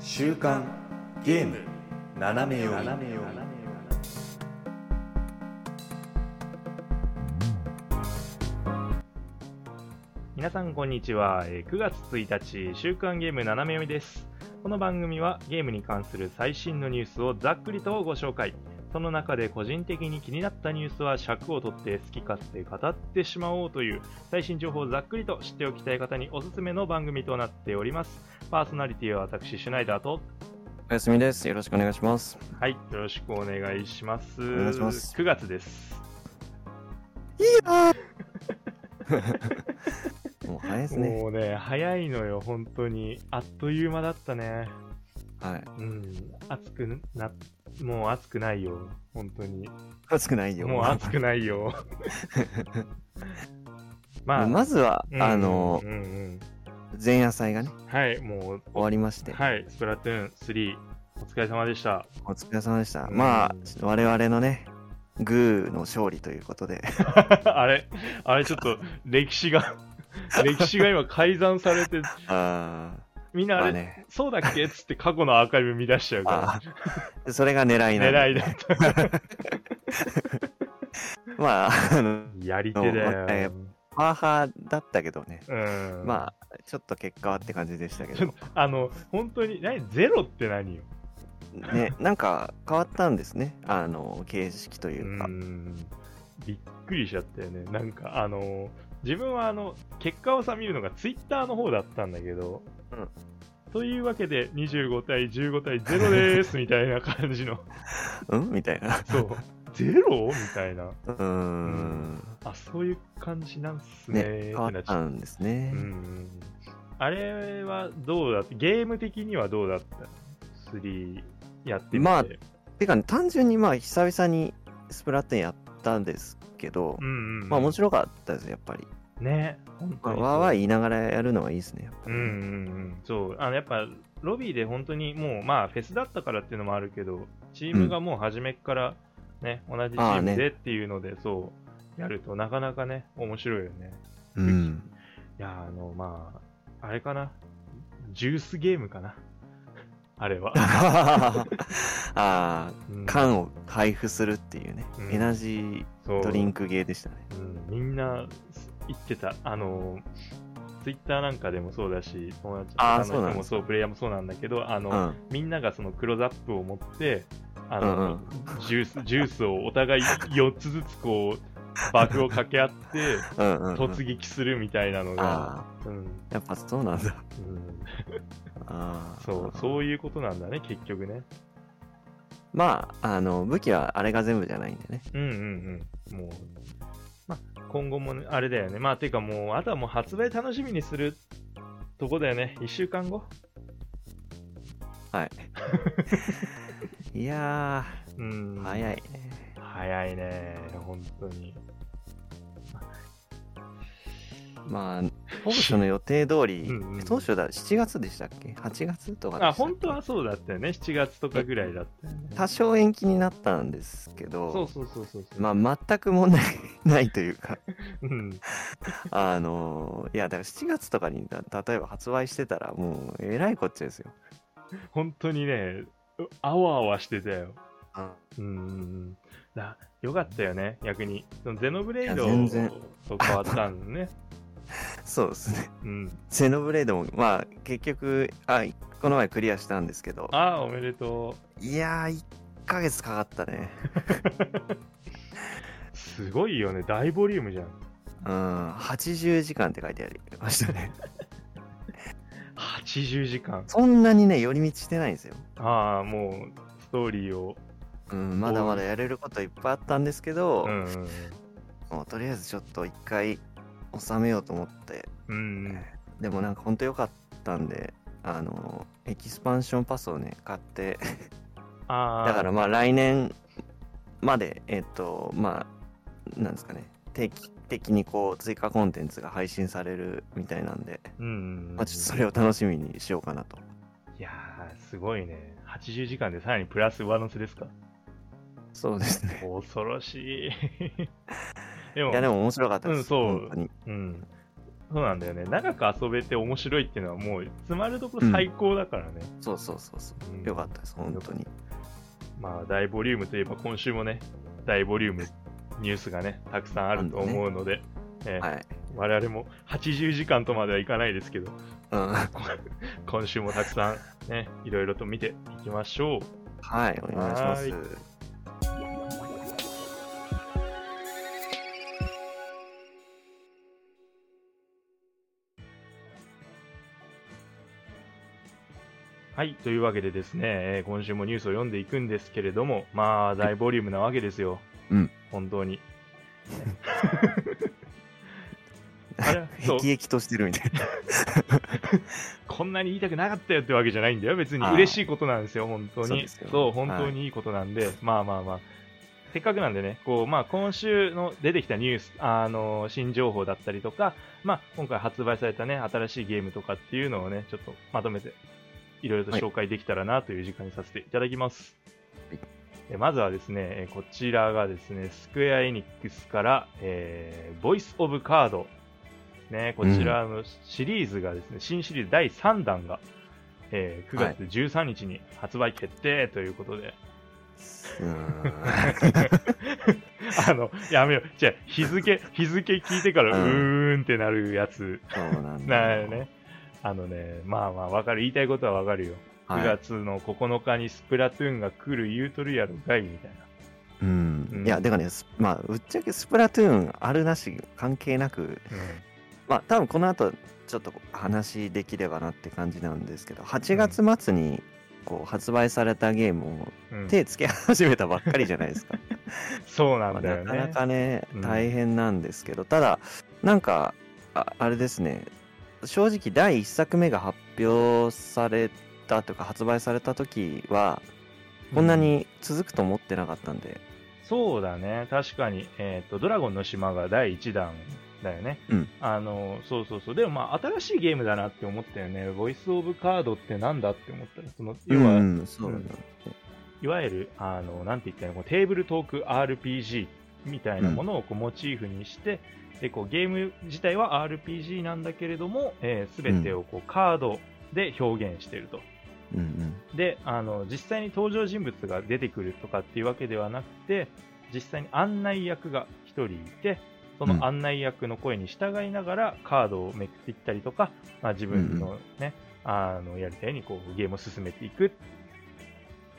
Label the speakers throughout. Speaker 1: 週刊ゲーム斜め読み
Speaker 2: 皆さんこんにちは、えー9月1日週刊ゲーム斜め読みですこの番組はゲームに関する最新のニュースをざっくりとご紹介その中で個人的に気になったニュースは尺を取って好き勝手語ってしまおうという最新情報をざっくりと知っておきたい方におすすめの番組となっておりますパーソナリティは私シュナイダーと
Speaker 3: おやすみです。よろしくお願いします。
Speaker 2: はいよろしくお願いします
Speaker 3: お願いします
Speaker 2: 9月です
Speaker 3: もう早いですね。
Speaker 2: もうね早いのよ本当にあっという間だったね
Speaker 3: はい。
Speaker 2: うん、暑くな、もう暑くないよ、本当に。
Speaker 3: 暑くないよ。
Speaker 2: もう暑くな いよ。まあ、
Speaker 3: まずは、
Speaker 2: うん
Speaker 3: あの
Speaker 2: う、ん
Speaker 3: 前夜祭がね、
Speaker 2: うん、はい、もう、
Speaker 3: 終わりまして、
Speaker 2: はい、スプラトゥーン3、お疲れ様でした。
Speaker 3: お疲れ様でした。
Speaker 2: うん
Speaker 3: まあ、ちょっと我々のね、グーの勝利ということ で、
Speaker 2: あれ、あれ、ちょっと、歴史が、 歴史が今改ざんされて、
Speaker 3: あ
Speaker 2: みん
Speaker 3: ー
Speaker 2: なあ
Speaker 3: ま
Speaker 2: れ、
Speaker 3: あね、
Speaker 2: そうだっけっつって過去のアーカイブ見出しちゃう
Speaker 3: あ
Speaker 2: か
Speaker 3: ーそれが狙い
Speaker 2: ら、
Speaker 3: なんで
Speaker 2: 狙いだった。
Speaker 3: まあ、あの、
Speaker 2: やり手だよ。
Speaker 3: パワハラだったけどね、
Speaker 2: うん。
Speaker 3: まあ、ちょっと結果はって感じでしたけ
Speaker 2: ちょ
Speaker 3: ど
Speaker 2: っ、と あの、本当に、何ゼロって何よ。
Speaker 3: ね、なんか変わったんですね、あの、形式と
Speaker 2: う
Speaker 3: いうか
Speaker 2: ー。んびっくりしちゃったよね。なんか、あのー自分はあの、結果をさ見るのがツイッターの方だったんだけど、
Speaker 3: うん
Speaker 2: というわけで25対15対0でーすみたいな 感じの、
Speaker 3: うんみたいな。
Speaker 2: そう、ゼロみたいな、
Speaker 3: うーん。
Speaker 2: あ、そういう感じなんすね
Speaker 3: ね、
Speaker 2: ー
Speaker 3: 変
Speaker 2: っ
Speaker 3: わ
Speaker 2: てなっ
Speaker 3: っ
Speaker 2: ちゃ
Speaker 3: た
Speaker 2: った
Speaker 3: んですね。
Speaker 2: うんあれはどうだったゲーム的にはどうだった ?3 やってみて。
Speaker 3: まあてか、ね、単純にまあ久々にスプラトゥーンやったんですけど、
Speaker 2: うんうんうん、
Speaker 3: まあ面白かったですやっぱり、
Speaker 2: ね、本
Speaker 3: ま
Speaker 2: 当
Speaker 3: あ、
Speaker 2: にそう
Speaker 3: わーわー言いながらやるのはいいですねやっぱ
Speaker 2: う
Speaker 3: り
Speaker 2: んうんうん、そうあのやっぱロビーで本当にもう、まあ、フェスだったからっていうのもあるけど、チームがもう初めっから、ね同じチーム
Speaker 3: ああ
Speaker 2: で
Speaker 3: ね
Speaker 2: っていうので、そうやるとなかなかね、面白いよね。
Speaker 3: うん、。
Speaker 2: いやー、あの、まあ、あれかな、ジュースゲームかな、あれは
Speaker 3: ああ
Speaker 2: うん
Speaker 3: 缶を配布するっていうね、
Speaker 2: うん
Speaker 3: エナジードリンクゲーでしたね
Speaker 2: そううん、みんな言ってた、あの、ツイッターなんかでもそうだし、友達
Speaker 3: ああ
Speaker 2: 他
Speaker 3: そうな
Speaker 2: の
Speaker 3: ん
Speaker 2: 人
Speaker 3: だ
Speaker 2: もそう、プレイヤーもそうなんだけど、あの、
Speaker 3: うん
Speaker 2: みんながそのクローズアップを持って、あの、
Speaker 3: うんうん
Speaker 2: ジュース、ジュースをお互い4つずつこう、バグを掛け合って、
Speaker 3: うんうん、うん、
Speaker 2: 突撃するみたいなのが、
Speaker 3: あ
Speaker 2: うん、うん、
Speaker 3: あやっぱそうなんだああ
Speaker 2: そう、そういうことなんだね、結局ね。
Speaker 3: まああの武器はあれが全部じゃないんでね
Speaker 2: うんうんうん。もう、ま、今後もね、あれだよね。まあ、ていうかもう、あとはもう発売楽しみにするとこだよね。1週間後。
Speaker 3: いや
Speaker 2: うん。
Speaker 3: ー早
Speaker 2: い。
Speaker 3: いね
Speaker 2: 早いね、本当に。
Speaker 3: まあ当初の予定通り
Speaker 2: うんうん
Speaker 3: 当初だ7月でしたっけ8月とかでしたっけ
Speaker 2: あ、本当はそうだったよね。7月とかぐらいだったよね。
Speaker 3: 多少延期になったんですけ
Speaker 2: そう
Speaker 3: ど、
Speaker 2: そうそうそうそう。
Speaker 3: まあ、全く問題ないというか、
Speaker 2: うん。
Speaker 3: あのいや、だから7月とかにだ、例えば発売してたら、もう、えらいこっちゃですよ。
Speaker 2: 本当にね、うあわあわしてたよ。うんうんうん。だよかったよね、逆に。そのゼノブレイド
Speaker 3: いや全然
Speaker 2: と変わったんね。
Speaker 3: そうですね。
Speaker 2: うん。
Speaker 3: ゼノブレードも、まあ、結局、あ、この前クリアしたんですけど、
Speaker 2: ああ、おめでと
Speaker 3: いやー、1ヶ月かかったね。
Speaker 2: う。すごいよね、大ボリュームじゃん。
Speaker 3: うん、80時間って書いてありましたね。
Speaker 2: 80時間。
Speaker 3: そんなにね、寄り道してないんですよ。
Speaker 2: ああ、もう、ストーリーを。
Speaker 3: うん、まだまだやれることいっぱいあったんですけど、
Speaker 2: うんうん
Speaker 3: もうとりあえずちょっと一回収めようと思って
Speaker 2: うん。うん
Speaker 3: でもなんか本当良かったんで、あの、エキスパンションパスをね、買って、
Speaker 2: ああ。
Speaker 3: だからまあ来年まで、えっと、まあ、なんですかね、定期的にこう追加コンテンツが配信されるみたいなんで、
Speaker 2: うんうんうん。
Speaker 3: まあちょっとそれを楽しみにしようかなと。
Speaker 2: いやー、すごいね。80時間でさらにプラス上乗せですか。
Speaker 3: そうですね。
Speaker 2: 恐ろしい。でも
Speaker 3: いやでも面白かったです。
Speaker 2: うんそう
Speaker 3: 本当に。
Speaker 2: うん。そうなんだよね。長く遊べて面白いっていうのはもう、詰まるところ最高だからね。
Speaker 3: そうそうそうそう。
Speaker 2: うん
Speaker 3: よかったです、本当に。
Speaker 2: まあ、大ボリュームといえば、今週もね、大ボリュームニュースがね、たくさんあると思うので、えー
Speaker 3: はい。
Speaker 2: 我々も80時間とまではいかないですけど、
Speaker 3: うん。
Speaker 2: 今週もたくさんね、いろいろと見ていきましょう。
Speaker 3: はい、お願いします
Speaker 2: は。はい、というわけでですね、えー今週もニュースを読んでいくんですけれども、まあ、大ボリュームなわけですよ。
Speaker 3: うん
Speaker 2: 本 当に。あれそう
Speaker 3: 辟易としてるみたいな。
Speaker 2: こんなに言いたくなかったよってわけじゃないんだよ。別に
Speaker 3: あー
Speaker 2: 嬉しいことなんですよ、本当
Speaker 3: そう
Speaker 2: に。
Speaker 3: です
Speaker 2: そう
Speaker 3: よ
Speaker 2: 本当にいいことなんで、まあまあまあ。せっかくなんでね、こう、まあ今週の出てきたニュース、あの、新情報だったりとか、まあ今回発売されたね、新しいゲームとかっていうのをね、ちょっとまとめて、いろいろと紹介できたらなという時間にさせていただきます。
Speaker 3: はい
Speaker 2: えまずはですね、えこちらがですね、スクエアエニックスから、えーボイスオブカードね、こちらのシリーズがですね、新シリーズ第3弾が、えー9月13日に発売決定というこ とで、
Speaker 3: う ーん
Speaker 2: あの、やめよう、じゃあ日付、日付聞いてから、う
Speaker 3: うん
Speaker 2: ーんってなるやつ、
Speaker 3: そうなんだ。
Speaker 2: なるね。あのね、まあまあ、わかる、言いたいことはわかるよ。9
Speaker 3: はい。
Speaker 2: 月の9日にスプラトゥーンが来る言うとるやろがいみたいな。
Speaker 3: う
Speaker 2: うん
Speaker 3: ん。いや、でかね、すまあ、ぶっちゃけスプラトゥーン、あるなし関係なく、まあ、多分この後、ちょっと話できればなって感じなんですけど、8月末に、こう、発売されたゲームを
Speaker 2: うんうん
Speaker 3: 手つけ始めたばっかりじゃないですか。
Speaker 2: そうな
Speaker 3: まあ
Speaker 2: んだよ
Speaker 3: な
Speaker 2: ね。
Speaker 3: かなかね
Speaker 2: うん
Speaker 3: 大変なんですけど、ただなんかああれですね正直第1作目が発表されたというか発売された時はこんなに続くと思ってなかったんで、
Speaker 2: そうだね、確かに、えっと「ドラゴンの島」が第1弾だよね、
Speaker 3: うん
Speaker 2: あのそうそうそう、でもまあ新しいゲームだなって思ったよね、ボイス・オブ・カードってなんだって思ったら、その要は、
Speaker 3: うんそうなんだ
Speaker 2: いわゆるあのなんて言ったらいいのこうテーブルトーク RPG みたいなものをこうモチーフにして、でこうゲーム自体は RPG なんだけれども、えー、全てをこうカードで表現していると。
Speaker 3: うんうん
Speaker 2: であの実際に登場人物が出てくるとかっていうわけではなくて実際に案内役が1人いてその案内役の声に従いながらカードをめくっていったりとか、まあ、自分の,、ねあのやりたいようにこうゲームを進めていく、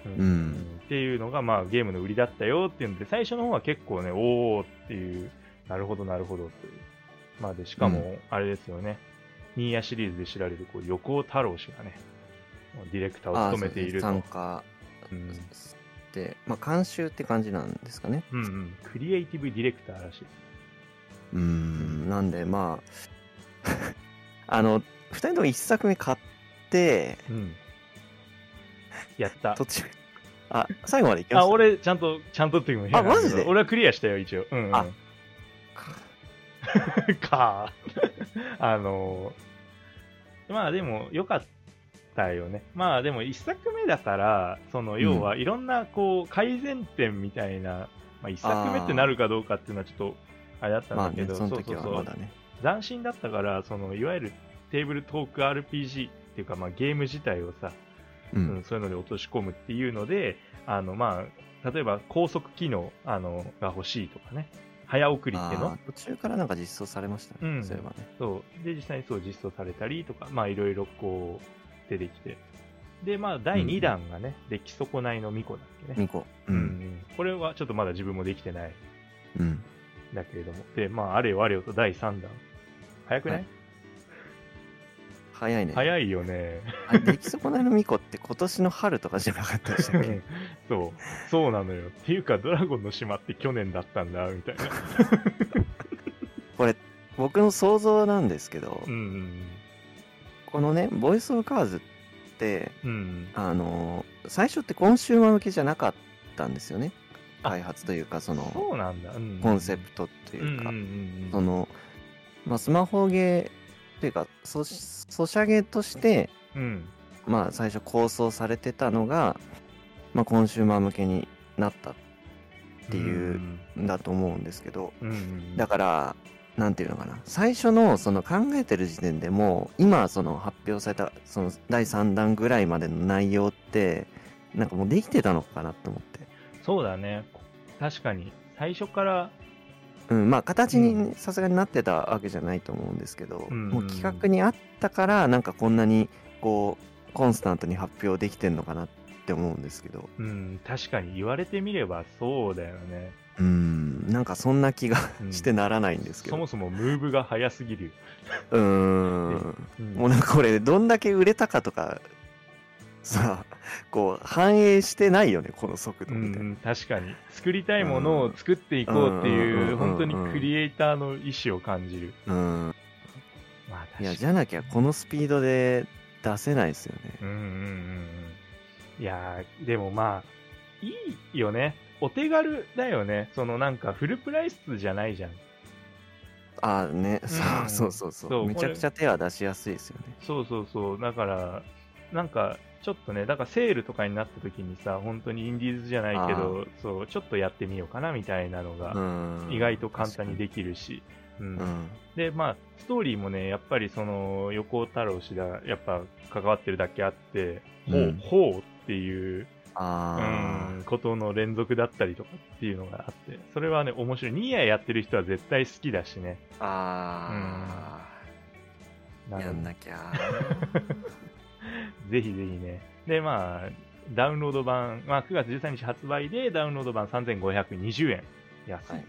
Speaker 2: うん
Speaker 3: うん
Speaker 2: っていうのが、まあ、ゲームの売りだったよっていうので最初の方は結構ねおおっていうなるほどなるほどっていう、まあ、でしか
Speaker 3: う
Speaker 2: もあれですよね、ニーヤシリーズで知られるこう横尾太郎氏がねディレクターを
Speaker 3: ああ
Speaker 2: 務めていると
Speaker 3: そうですね参加
Speaker 2: うん
Speaker 3: して、まあ監修って感じなんですかね
Speaker 2: うんうん、クリエイティブディレクターらしい。
Speaker 3: うんなんでまあ あの2人とも1作目買って
Speaker 2: うん。やった
Speaker 3: 途。中あ最後までいきました
Speaker 2: あ、俺、ちゃんと、ちゃんとっていうのも変なんだけど
Speaker 3: あマジで
Speaker 2: 俺はクリアしたよ、一応。うん、うん。
Speaker 3: あ
Speaker 2: か。 あのーまあでも、よかったよね。まあでも、一作目だから、その、要はいろんな、こう、改善点みたいな、まあ一作目ってなるかどうかっていうのはちょっと、あれだったん
Speaker 3: まあ
Speaker 2: だけ
Speaker 3: ね
Speaker 2: ど、
Speaker 3: その時は
Speaker 2: そうそ
Speaker 3: ま
Speaker 2: うそう
Speaker 3: だね
Speaker 2: 斬新だったからそのいわゆるテーブルトーク RPG っていうか、まあ、ゲーム自体をさ、
Speaker 3: う
Speaker 2: うんそういうので落とし込むっていうのであの、まあ、例えば高速機能あのが欲しいとかね早送りっていう
Speaker 3: あ
Speaker 2: の
Speaker 3: ー途中からなんか実装されましたね、
Speaker 2: うん
Speaker 3: そういえばね。
Speaker 2: そうで実際にそう実装されたりとかまあいろいろこう出てきてでまあ第2弾がね、出来損ないの巫女だっけね、
Speaker 3: 2個。う
Speaker 2: うん
Speaker 3: ん。
Speaker 2: うんこれはちょっとまだ自分もできてない
Speaker 3: うん。
Speaker 2: んだけれどもでまああれよあれよと第3弾早くない、
Speaker 3: はい早いね。
Speaker 2: 早いよね
Speaker 3: あ出来損ないのミコって今年の春とかじゃなかったでしたっ
Speaker 2: う
Speaker 3: け
Speaker 2: んそう、そうなのよ。っていうか、ドラゴンの島って去年だったんだ、みたいな。
Speaker 3: これ、僕の想像なんですけど
Speaker 2: う、ん
Speaker 3: このね、ボイスオブカーズって、
Speaker 2: うんうん。うん。
Speaker 3: あのー最初ってコンシューマー向けじゃなかったんですよね。
Speaker 2: あ
Speaker 3: 開発というか、その、
Speaker 2: そうなんだ。うん
Speaker 3: コンセプトと
Speaker 2: うん
Speaker 3: いう
Speaker 2: うん
Speaker 3: か
Speaker 2: う、んう
Speaker 3: そ
Speaker 2: ん。
Speaker 3: の、まあ、スマホゲーというか、ソシソシャゲとして、
Speaker 2: うん。
Speaker 3: まあ、最初構想されてたのが、まあ、コンシューマー向けになった
Speaker 2: って
Speaker 3: いうんだと思うんですけど、
Speaker 2: うん。
Speaker 3: だからなんていうのかな最初のその考えてる時点でもう今その発表されたその第3弾ぐらいまでの内容ってなんかもうできてたのかなと思って、
Speaker 2: そうだね。確かに。最初から、
Speaker 3: うん、まあ形
Speaker 2: う
Speaker 3: にさすがになってたわけじゃないと思うんですけど、
Speaker 2: うん
Speaker 3: もう企画にあったからなんかこんなにこうコンスタントに発表できてんのかなって思うんですけど
Speaker 2: うん、確かに言われてみればそうだよね。
Speaker 3: うんなんかそんな気が
Speaker 2: うん
Speaker 3: してならないんですけ
Speaker 2: そ
Speaker 3: ど
Speaker 2: もそもムーブが早すぎるよ。
Speaker 3: うーん
Speaker 2: うん
Speaker 3: もうなんかこれどんだけ売れたかとかさこう反映してないよねこの速度
Speaker 2: う
Speaker 3: みたいな。
Speaker 2: ん、確かに作りたいものを作っていこうって
Speaker 3: うんうんうんうん
Speaker 2: いううん本当にクリエイターの意志を感じる、
Speaker 3: うん、
Speaker 2: まあ、
Speaker 3: い
Speaker 2: 確か
Speaker 3: や
Speaker 2: に
Speaker 3: じゃなきゃこのスピードで出せないですよね。
Speaker 2: うんうんうんうんいやーでもまあいいよねお手軽だよねそのなんかフルプライスじゃないじゃん
Speaker 3: ああね、
Speaker 2: うん
Speaker 3: そうそうそう
Speaker 2: そ
Speaker 3: そううめちゃくちゃ手は出しやすいですよね。
Speaker 2: そうそうそうだからなんかちょっとねだからセールとかになった時にさ本当にインディーズじゃないけどそうちょっとやってみようかなみたいなのが
Speaker 3: うん、
Speaker 2: 意外と簡単にできるし、うん
Speaker 3: 確かにうん
Speaker 2: で、まあ、ストーリーもね、やっぱりその、横尾太郎氏が、やっぱ関わってるだけあって、ほう、
Speaker 3: うん
Speaker 2: ほうっていう、う
Speaker 3: あ
Speaker 2: ん、ことの連続だったりとかっていうのがあって、それはね、面白い。ニアやってる人は絶対好きだしね。
Speaker 3: ーあー、
Speaker 2: なので
Speaker 3: やんなきゃ。
Speaker 2: ぜひぜひね。で、まあ、ダウンロード版、まあ、9月13日発売で、ダウンロード版3520円。安い。
Speaker 3: はい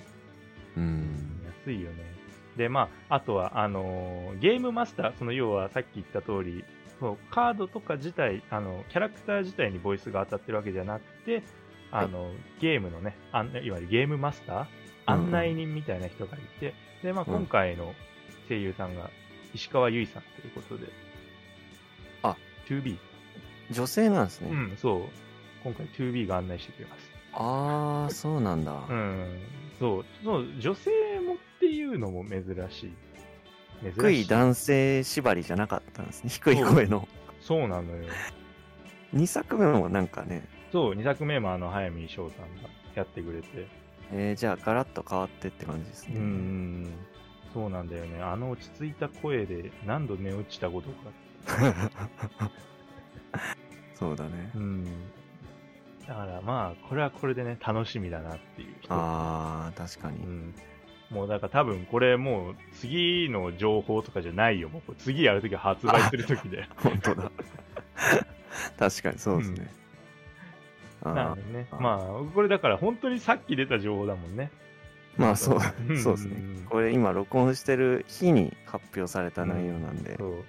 Speaker 3: うん
Speaker 2: 安いよね。で、まあ、あとは、あのーゲームマスター、その要はさっき言った通り、そうカードとか自体、あの、キャラクター自体にボイスが当たってるわけじゃなくて、あの、ゲームのね、あんいわゆるゲームマスター、
Speaker 3: うんうん
Speaker 2: 案内人みたいな人がいて、で、まあ、
Speaker 3: うん
Speaker 2: 今回の声優さんが石川由依さんということで、
Speaker 3: あ、
Speaker 2: 2B。
Speaker 3: 女性なんですね。
Speaker 2: うん、そう。今回 2B が案内してくれます。
Speaker 3: ああそうなんだ。
Speaker 2: うん、そう、そう女性もっていうのも珍しい。
Speaker 3: 低
Speaker 2: 珍し
Speaker 3: い男性縛りじゃなかったんですね低い声の
Speaker 2: そうなのよ。
Speaker 3: 2作目もなんかね、
Speaker 2: そう、2作目もあの、早見翔さんがやってくれて。
Speaker 3: えーじゃあガラッと変わってって感じですね、
Speaker 2: うん、そうなんだよね。あの落ち着いた声で何度寝落ちたことか。
Speaker 3: そうだね
Speaker 2: うん。だからまあ、これはこれでね、楽しみだなっていう。
Speaker 3: あー確か
Speaker 2: う
Speaker 3: に
Speaker 2: ん。もうだから多分これもう次の情報とかじゃないよ。もうこれ次やるときは発売するときで。
Speaker 3: 本当 だ確かにそうですね、あ
Speaker 2: なん
Speaker 3: ー
Speaker 2: でね。
Speaker 3: あー
Speaker 2: まあ、これだから本当にさっき出た情報だもんね。
Speaker 3: まあそう
Speaker 2: うん
Speaker 3: そうです
Speaker 2: うんうん
Speaker 3: ねこれ今録音してる日に発表された内容なんで、
Speaker 2: そう。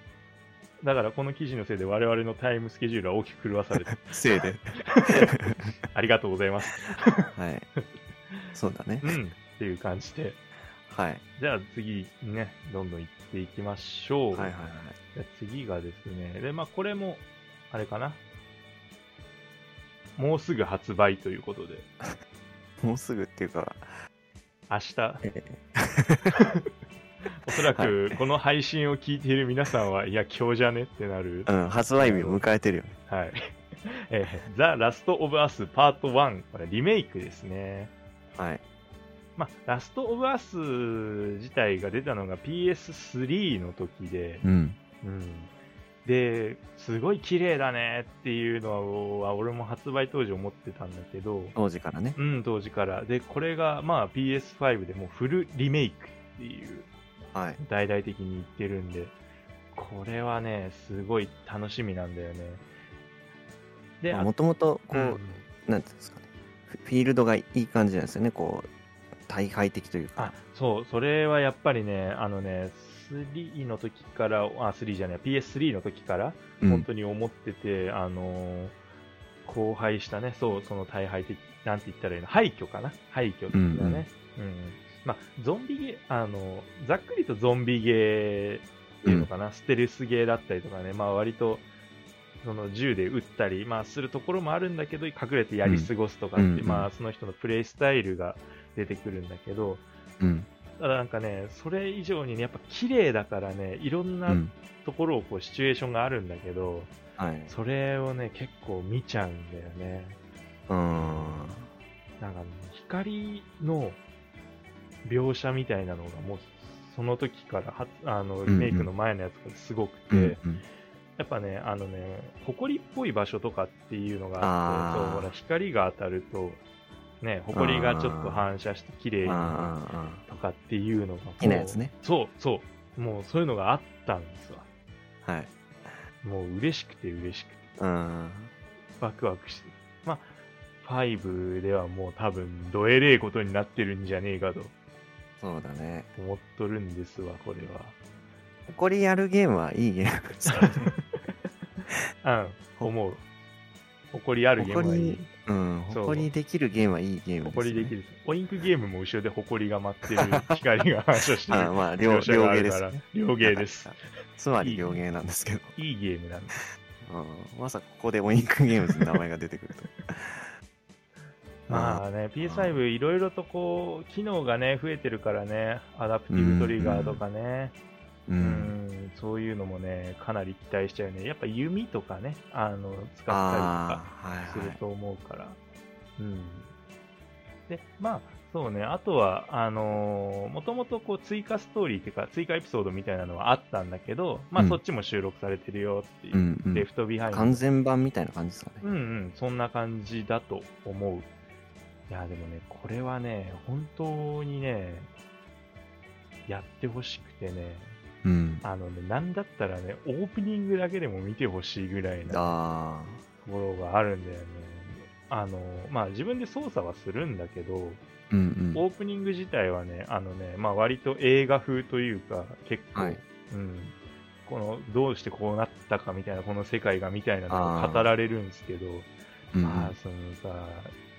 Speaker 2: だからこの記事のせいで我々のタイムスケジュールは大きく狂わされて、
Speaker 3: せいで
Speaker 2: ありがとうござ います。
Speaker 3: はいそうだね
Speaker 2: うん。っていう感じで。
Speaker 3: はい
Speaker 2: じゃあ次にね、どんどん行っていきましょう。
Speaker 3: はいはいはい
Speaker 2: じゃあ次がですね、で、まあこれも、あれかな。もうすぐ発売ということで、
Speaker 3: もうすぐっていうか
Speaker 2: 明日、
Speaker 3: えー
Speaker 2: おそらくこの配信を聞いている皆さんは、いや、今日じゃねってなる
Speaker 3: うん、発売日を迎えてるよね。
Speaker 2: はい。 えー、ザ・ラスト・オブ・アス・パート1。これ、リメイクですね。
Speaker 3: はい。
Speaker 2: まあ、ラスト・オブ・アス自体が出たのが PS3 の時で、
Speaker 3: うん。
Speaker 2: うん。で、すごい綺麗だねっていうのは、俺も発売当時思ってたんだけど、
Speaker 3: 当時からね。
Speaker 2: うん、当時から。で、これが、まあ、PS5 でもうフルリメイクっていう、
Speaker 3: はい。
Speaker 2: 大々的に言ってるんで、これはね、すごい楽しみなんだよね。で、あ
Speaker 3: もともと、こう、
Speaker 2: うん
Speaker 3: なんていうんですかね。フフィールドがいい感じなんですよね。こう、大敗的というか。
Speaker 2: あそう、それはやっぱりね、あのね、3の時から、あ、3じゃない、PS3 の時から、
Speaker 3: うん
Speaker 2: 本当に思ってて、あのー荒廃したね、そう、その大敗的、なんて言ったらいいの、廃墟かな廃墟的なね。うん、うんまあ、ゾンビゲー、あの、ざっくりとゾンビゲーっていうのかな、ステルスゲーだったりとかね、まあ割と、その銃で撃ったり、まあ、するところもあるんだけど、隠れてやり過ごすとかって、
Speaker 3: うんうん
Speaker 2: まあ、その人のプレイスタイルが出てくるんだけど、
Speaker 3: うん。
Speaker 2: ただなんかね、それ以上にね、やっぱ綺麗だからね、いろん
Speaker 3: う。
Speaker 2: なんところをこうシチュエーションがあるんだけど、
Speaker 3: はい。う
Speaker 2: それをね、結構見ちゃうんだよね。
Speaker 3: ーん。
Speaker 2: なんかね、光の描写みたいなのがもうその時からはあ
Speaker 3: ん
Speaker 2: の
Speaker 3: うん
Speaker 2: メイクの前のやつがすごくて、
Speaker 3: うんうん
Speaker 2: やっぱねあのね埃っぽい場所とかっていうのがあって
Speaker 3: あー
Speaker 2: そうほら光が当たるとね埃がちょっと反射して綺麗になる
Speaker 3: あーあ
Speaker 2: とかっていうのが
Speaker 3: 好きなやつね
Speaker 2: そうそうもうそういうのがあったんですわ
Speaker 3: ーはい
Speaker 2: もう嬉しくて嬉しくて
Speaker 3: うん
Speaker 2: ワクワクしてまあ5ではもう多分どえれえことになってるんじゃねえかと
Speaker 3: そうだね
Speaker 2: 思っとるんですわこれは
Speaker 3: 誇りやるゲームはいいゲームですね
Speaker 2: うん、思う。誇りあるゲームがいい。
Speaker 3: うん
Speaker 2: そう
Speaker 3: 誇りできるゲームはいいゲームです、ね、
Speaker 2: 誇りできる。オインクゲームも後ろで誇りが舞ってる光が反射し て
Speaker 3: あー
Speaker 2: る。
Speaker 3: まあ両
Speaker 2: 描写
Speaker 3: 両
Speaker 2: が あ
Speaker 3: 芸
Speaker 2: る
Speaker 3: で
Speaker 2: か
Speaker 3: す
Speaker 2: ら
Speaker 3: ね
Speaker 2: 両芸です。
Speaker 3: つまり両芸なんですけど
Speaker 2: いいゲームなんです。
Speaker 3: うんまさかここでオインクゲームズの名前が出てくると
Speaker 2: まあね、PS5 いろいろとこう、機能がね、増えてるからね、アダプティブトリガーとかね、
Speaker 3: う
Speaker 2: うんん、そういうのもね、かなり期待しちゃうね。やっぱ弓とかね、あの、使ったりと
Speaker 3: ああーはい
Speaker 2: かする
Speaker 3: はい
Speaker 2: と思うから。うん。で、まあ、そうね、あとは、あのもともとこう追加ストーリーっていうか、追加エピソードみたいなのはあったんだけど、まあ、
Speaker 3: うん
Speaker 2: そっちも収録されてるよっていうう、
Speaker 3: んうん
Speaker 2: レフトビハインド
Speaker 3: 完全版みたいな感じですかね、
Speaker 2: うんうん、そんな感じだと思う。いや、でもね、これはね、本当にね、やってほしくてね、
Speaker 3: うん
Speaker 2: あのね、なんだったらね、オープニングだけでも見てほしいぐらいな
Speaker 3: あ
Speaker 2: ところがあるんだよね。あの、まあ、自分で操作はするんだけど、
Speaker 3: ーうんうん
Speaker 2: オープニング自体はね、あのね、まあ、割と映画風というか、結構、
Speaker 3: はい
Speaker 2: うん、この、どうしてこうなったかみたいな、この世界がみたいなの
Speaker 3: あ
Speaker 2: が
Speaker 3: ー
Speaker 2: 語られるんですけど、
Speaker 3: うんうん
Speaker 2: まあ、そのさ、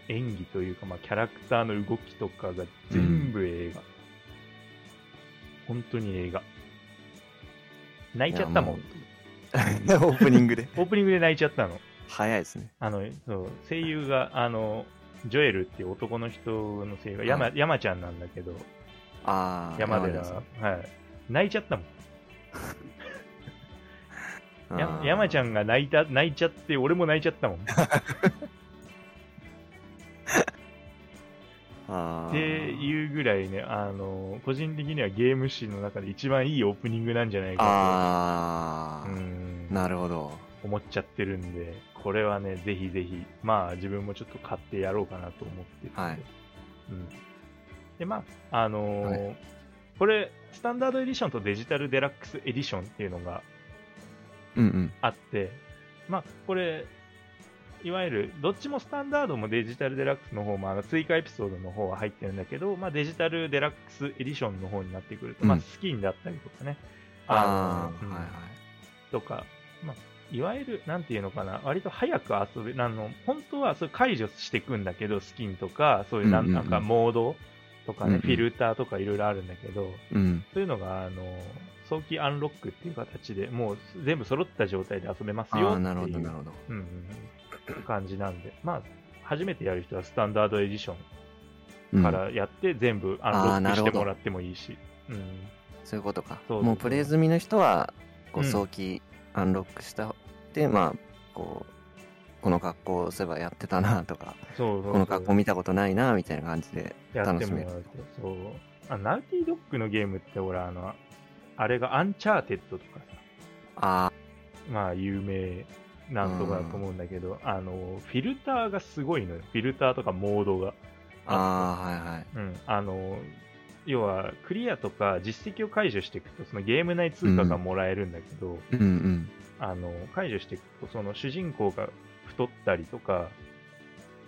Speaker 2: 演技というか、まあ、キャラクターの動きとかが全部映画。本当に映画。泣いちゃったもん。
Speaker 3: い オープニングで
Speaker 2: オープニングで泣いちゃったの。
Speaker 3: 早いですね
Speaker 2: あの、そう、声優が、あの、ジョエルっていう男の人の声優が、山、
Speaker 3: は
Speaker 2: 山ちゃんなんだけど、
Speaker 3: ああ
Speaker 2: 山
Speaker 3: で
Speaker 2: 寺、はい。泣いちゃったもん。や山ちゃ
Speaker 3: ん
Speaker 2: んが泣いた、泣いちゃって、俺も泣いちゃったもん。
Speaker 3: あー
Speaker 2: っていうぐらいね、あの、個人的にはゲーム史の中で一番いいオープニングなんじゃないか
Speaker 3: あ
Speaker 2: と、う
Speaker 3: ー
Speaker 2: ん、
Speaker 3: なるほど
Speaker 2: 思っちゃってるんで、これはね、ぜひぜひ、まあ自分もちょっと買ってやろうかなと思ってるんで。
Speaker 3: はい
Speaker 2: うん、で、まあ、あのー
Speaker 3: は
Speaker 2: これ、スタンダードエディションとデジタルデラックスエディションっていうのが
Speaker 3: うんうん
Speaker 2: あって、まあ、これ、いわゆる、どっちもスタンダードもデジタルデラックスの方も、あの、追加エピソードの方は入ってるんだけど、まあ、デジタルデラックスエディションの方になってくると、まあ、
Speaker 3: うん
Speaker 2: スキンだったりとかね、
Speaker 3: あ
Speaker 2: の
Speaker 3: あ
Speaker 2: うん
Speaker 3: はいはい
Speaker 2: とか、まあ、いわゆる、なんていうのかな、割と早く遊べ、あの、本当はそれ解除していくんだけど、スキンとか、そういうな
Speaker 3: うんんうん
Speaker 2: な
Speaker 3: うん
Speaker 2: んかモードとかね、
Speaker 3: うんうん
Speaker 2: フィルターとかいろいろあるんだけど、
Speaker 3: うん
Speaker 2: そういうのが、あの、早期アンロックっていう形で、もう全部揃った状態で遊べます
Speaker 3: あ
Speaker 2: よ
Speaker 3: あ
Speaker 2: ってい
Speaker 3: ーな
Speaker 2: う。
Speaker 3: るほどなるほど
Speaker 2: うんうん、感じなんで、まあ、初めてやる人はスタンダードエディショ
Speaker 3: うん
Speaker 2: ンからやって全部ア
Speaker 3: あー
Speaker 2: ン
Speaker 3: な
Speaker 2: ロッ
Speaker 3: る
Speaker 2: クし
Speaker 3: ほ
Speaker 2: て
Speaker 3: ど
Speaker 2: もらってもいいし、うん、
Speaker 3: そういうことか
Speaker 2: そうそうそう
Speaker 3: もうプレイ済みの人はこう
Speaker 2: うん
Speaker 3: 早期アンロックしたでまあこうこの格好そういえばやってたなとか
Speaker 2: そうそう
Speaker 3: この格好見たことないなみたいな感じで
Speaker 2: やっ
Speaker 3: 楽
Speaker 2: て
Speaker 3: し
Speaker 2: も
Speaker 3: め
Speaker 2: ら
Speaker 3: る
Speaker 2: うと。そうあナウティドッグのゲームって、ほら、あの、あれがアンチャーテッドとかさ、
Speaker 3: あ
Speaker 2: まあ、有名なんとかだと思うんだけど、あの、フィルターがすごいのよ。フィルターとかモードが。
Speaker 3: あああはいはい
Speaker 2: うん、あの要はクリアとか実績を解除していくとそのゲーム内通貨がもらえるんだけど、
Speaker 3: うんうん
Speaker 2: あの解除していくとその主人公が太ったりとか、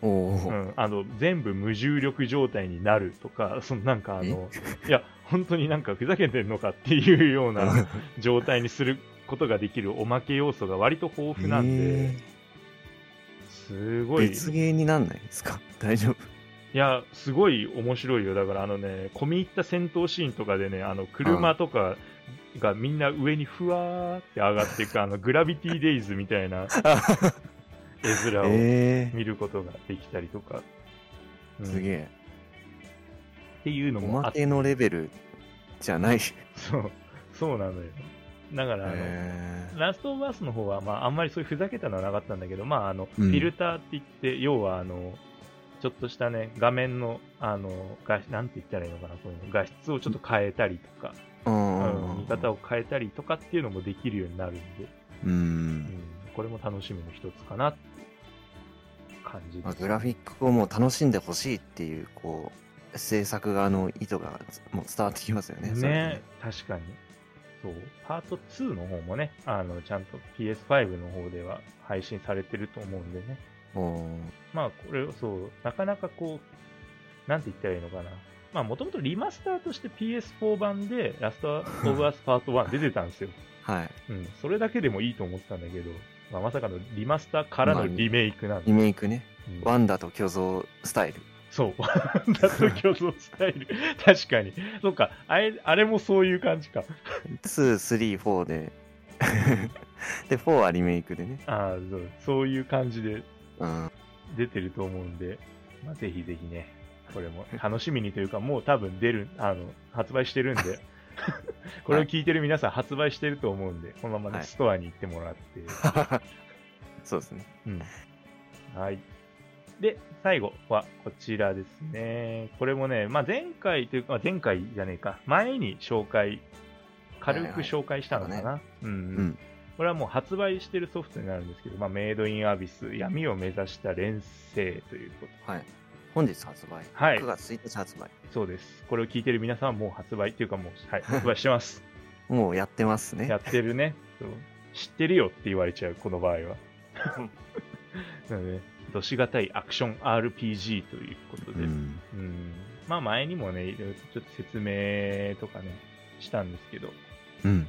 Speaker 3: お
Speaker 2: う
Speaker 3: お
Speaker 2: ん、あの全部無重力状態になるとか そのなんかあの いや本当になんかふざけてんのかっていうような状態にすることができるおまけ要素が割と豊富なんで、
Speaker 3: え
Speaker 2: す
Speaker 3: ー
Speaker 2: ごい
Speaker 3: 別ゲーになんないですか 大丈夫
Speaker 2: いや、すごい面白いよ。だから、あのね、込み入った戦闘シーンとかでね、あの、車とかがみんな上にふわーって上がって いく、あの、グラビティデイズみたいな絵面を
Speaker 3: え
Speaker 2: 見ることができたりとか。う
Speaker 3: ー
Speaker 2: ん
Speaker 3: すげ
Speaker 2: っ
Speaker 3: え
Speaker 2: ていうの
Speaker 3: お
Speaker 2: もあ
Speaker 3: ま
Speaker 2: っ
Speaker 3: けのレベルじゃない
Speaker 2: そう、そうなのよ。だから、あの、
Speaker 3: えー
Speaker 2: ラストオブアスの方は、まあ、あんまりそういうふざけたのはなかったんだけど、まあ、あの、
Speaker 3: うん
Speaker 2: フィルターって言って、要は、あの、ちょっとしたね、画面の、あの、画質なんて言ったらいいのかな、こういうの画質をちょっと変えたりとか、
Speaker 3: うん
Speaker 2: うん見方を変えたりとかっていうのもできるようになるんで、
Speaker 3: う
Speaker 2: うん
Speaker 3: ん、
Speaker 2: これも楽しみの一つかなって感じ
Speaker 3: ま
Speaker 2: で
Speaker 3: あ
Speaker 2: す。
Speaker 3: グラフィックをもう楽しんでほしいっていうこう制作側の意図がもう伝わってきますよねそれ
Speaker 2: ね確かに。そう。パート2の方もね、あの、ちゃんと PS5 の方では配信されてると思うんでね。
Speaker 3: うん
Speaker 2: まあ、これをそう、なかなかこう、なんて言ったらいいのかな。まあ、もともとリマスターとして PS4 版で、ラストオブアスパート1 出てたんですよ。
Speaker 3: はい
Speaker 2: うん。それだけでもいいと思ってたんだけど、まあ、まさかのリマスターからのリメイクなんで。
Speaker 3: リメイクね
Speaker 2: うん
Speaker 3: ワンダと巨像スタイル
Speaker 2: そう。ワンダと 共存スタイル。確かに。そっか。あれ、あれもそういう感じか。
Speaker 3: 234で で4はリメイクでね
Speaker 2: ああ、そうそういう感じで
Speaker 3: うん
Speaker 2: 出てると思うんで、まあ、ぜひぜひね、これも楽しみにというか、もう多分出る、あの、発売してるん で、これを聞いてる皆さん発売してると思うんで、このままね
Speaker 3: はい
Speaker 2: ストアに行ってもらって、
Speaker 3: そうですね
Speaker 2: うん。はい。で、最後はこちらですね。これもね、まあ、前回というか、まあ前回じゃねえか、前に紹介、軽く紹介したのかな。
Speaker 3: はいは
Speaker 2: うんう
Speaker 3: う
Speaker 2: ん
Speaker 3: ん
Speaker 2: これはもう発売してるソフトになるんですけど、まあ、メイドインアビス、闇を目指した連星ということ。
Speaker 3: はい本日発売、
Speaker 2: はい
Speaker 3: 9月1日発売
Speaker 2: そうです。これを聞いてる皆さんはもう発売っていうかも う、はい、発売してます。
Speaker 3: もうやってますね
Speaker 2: やってるね。そう知ってるよって言われちゃう、この場合は。 なので、どしがたいアクション RPG ということで、うん、
Speaker 3: ん
Speaker 2: まあ前にもね、いろいろちょっと説明とかね、したんですけど、
Speaker 3: うん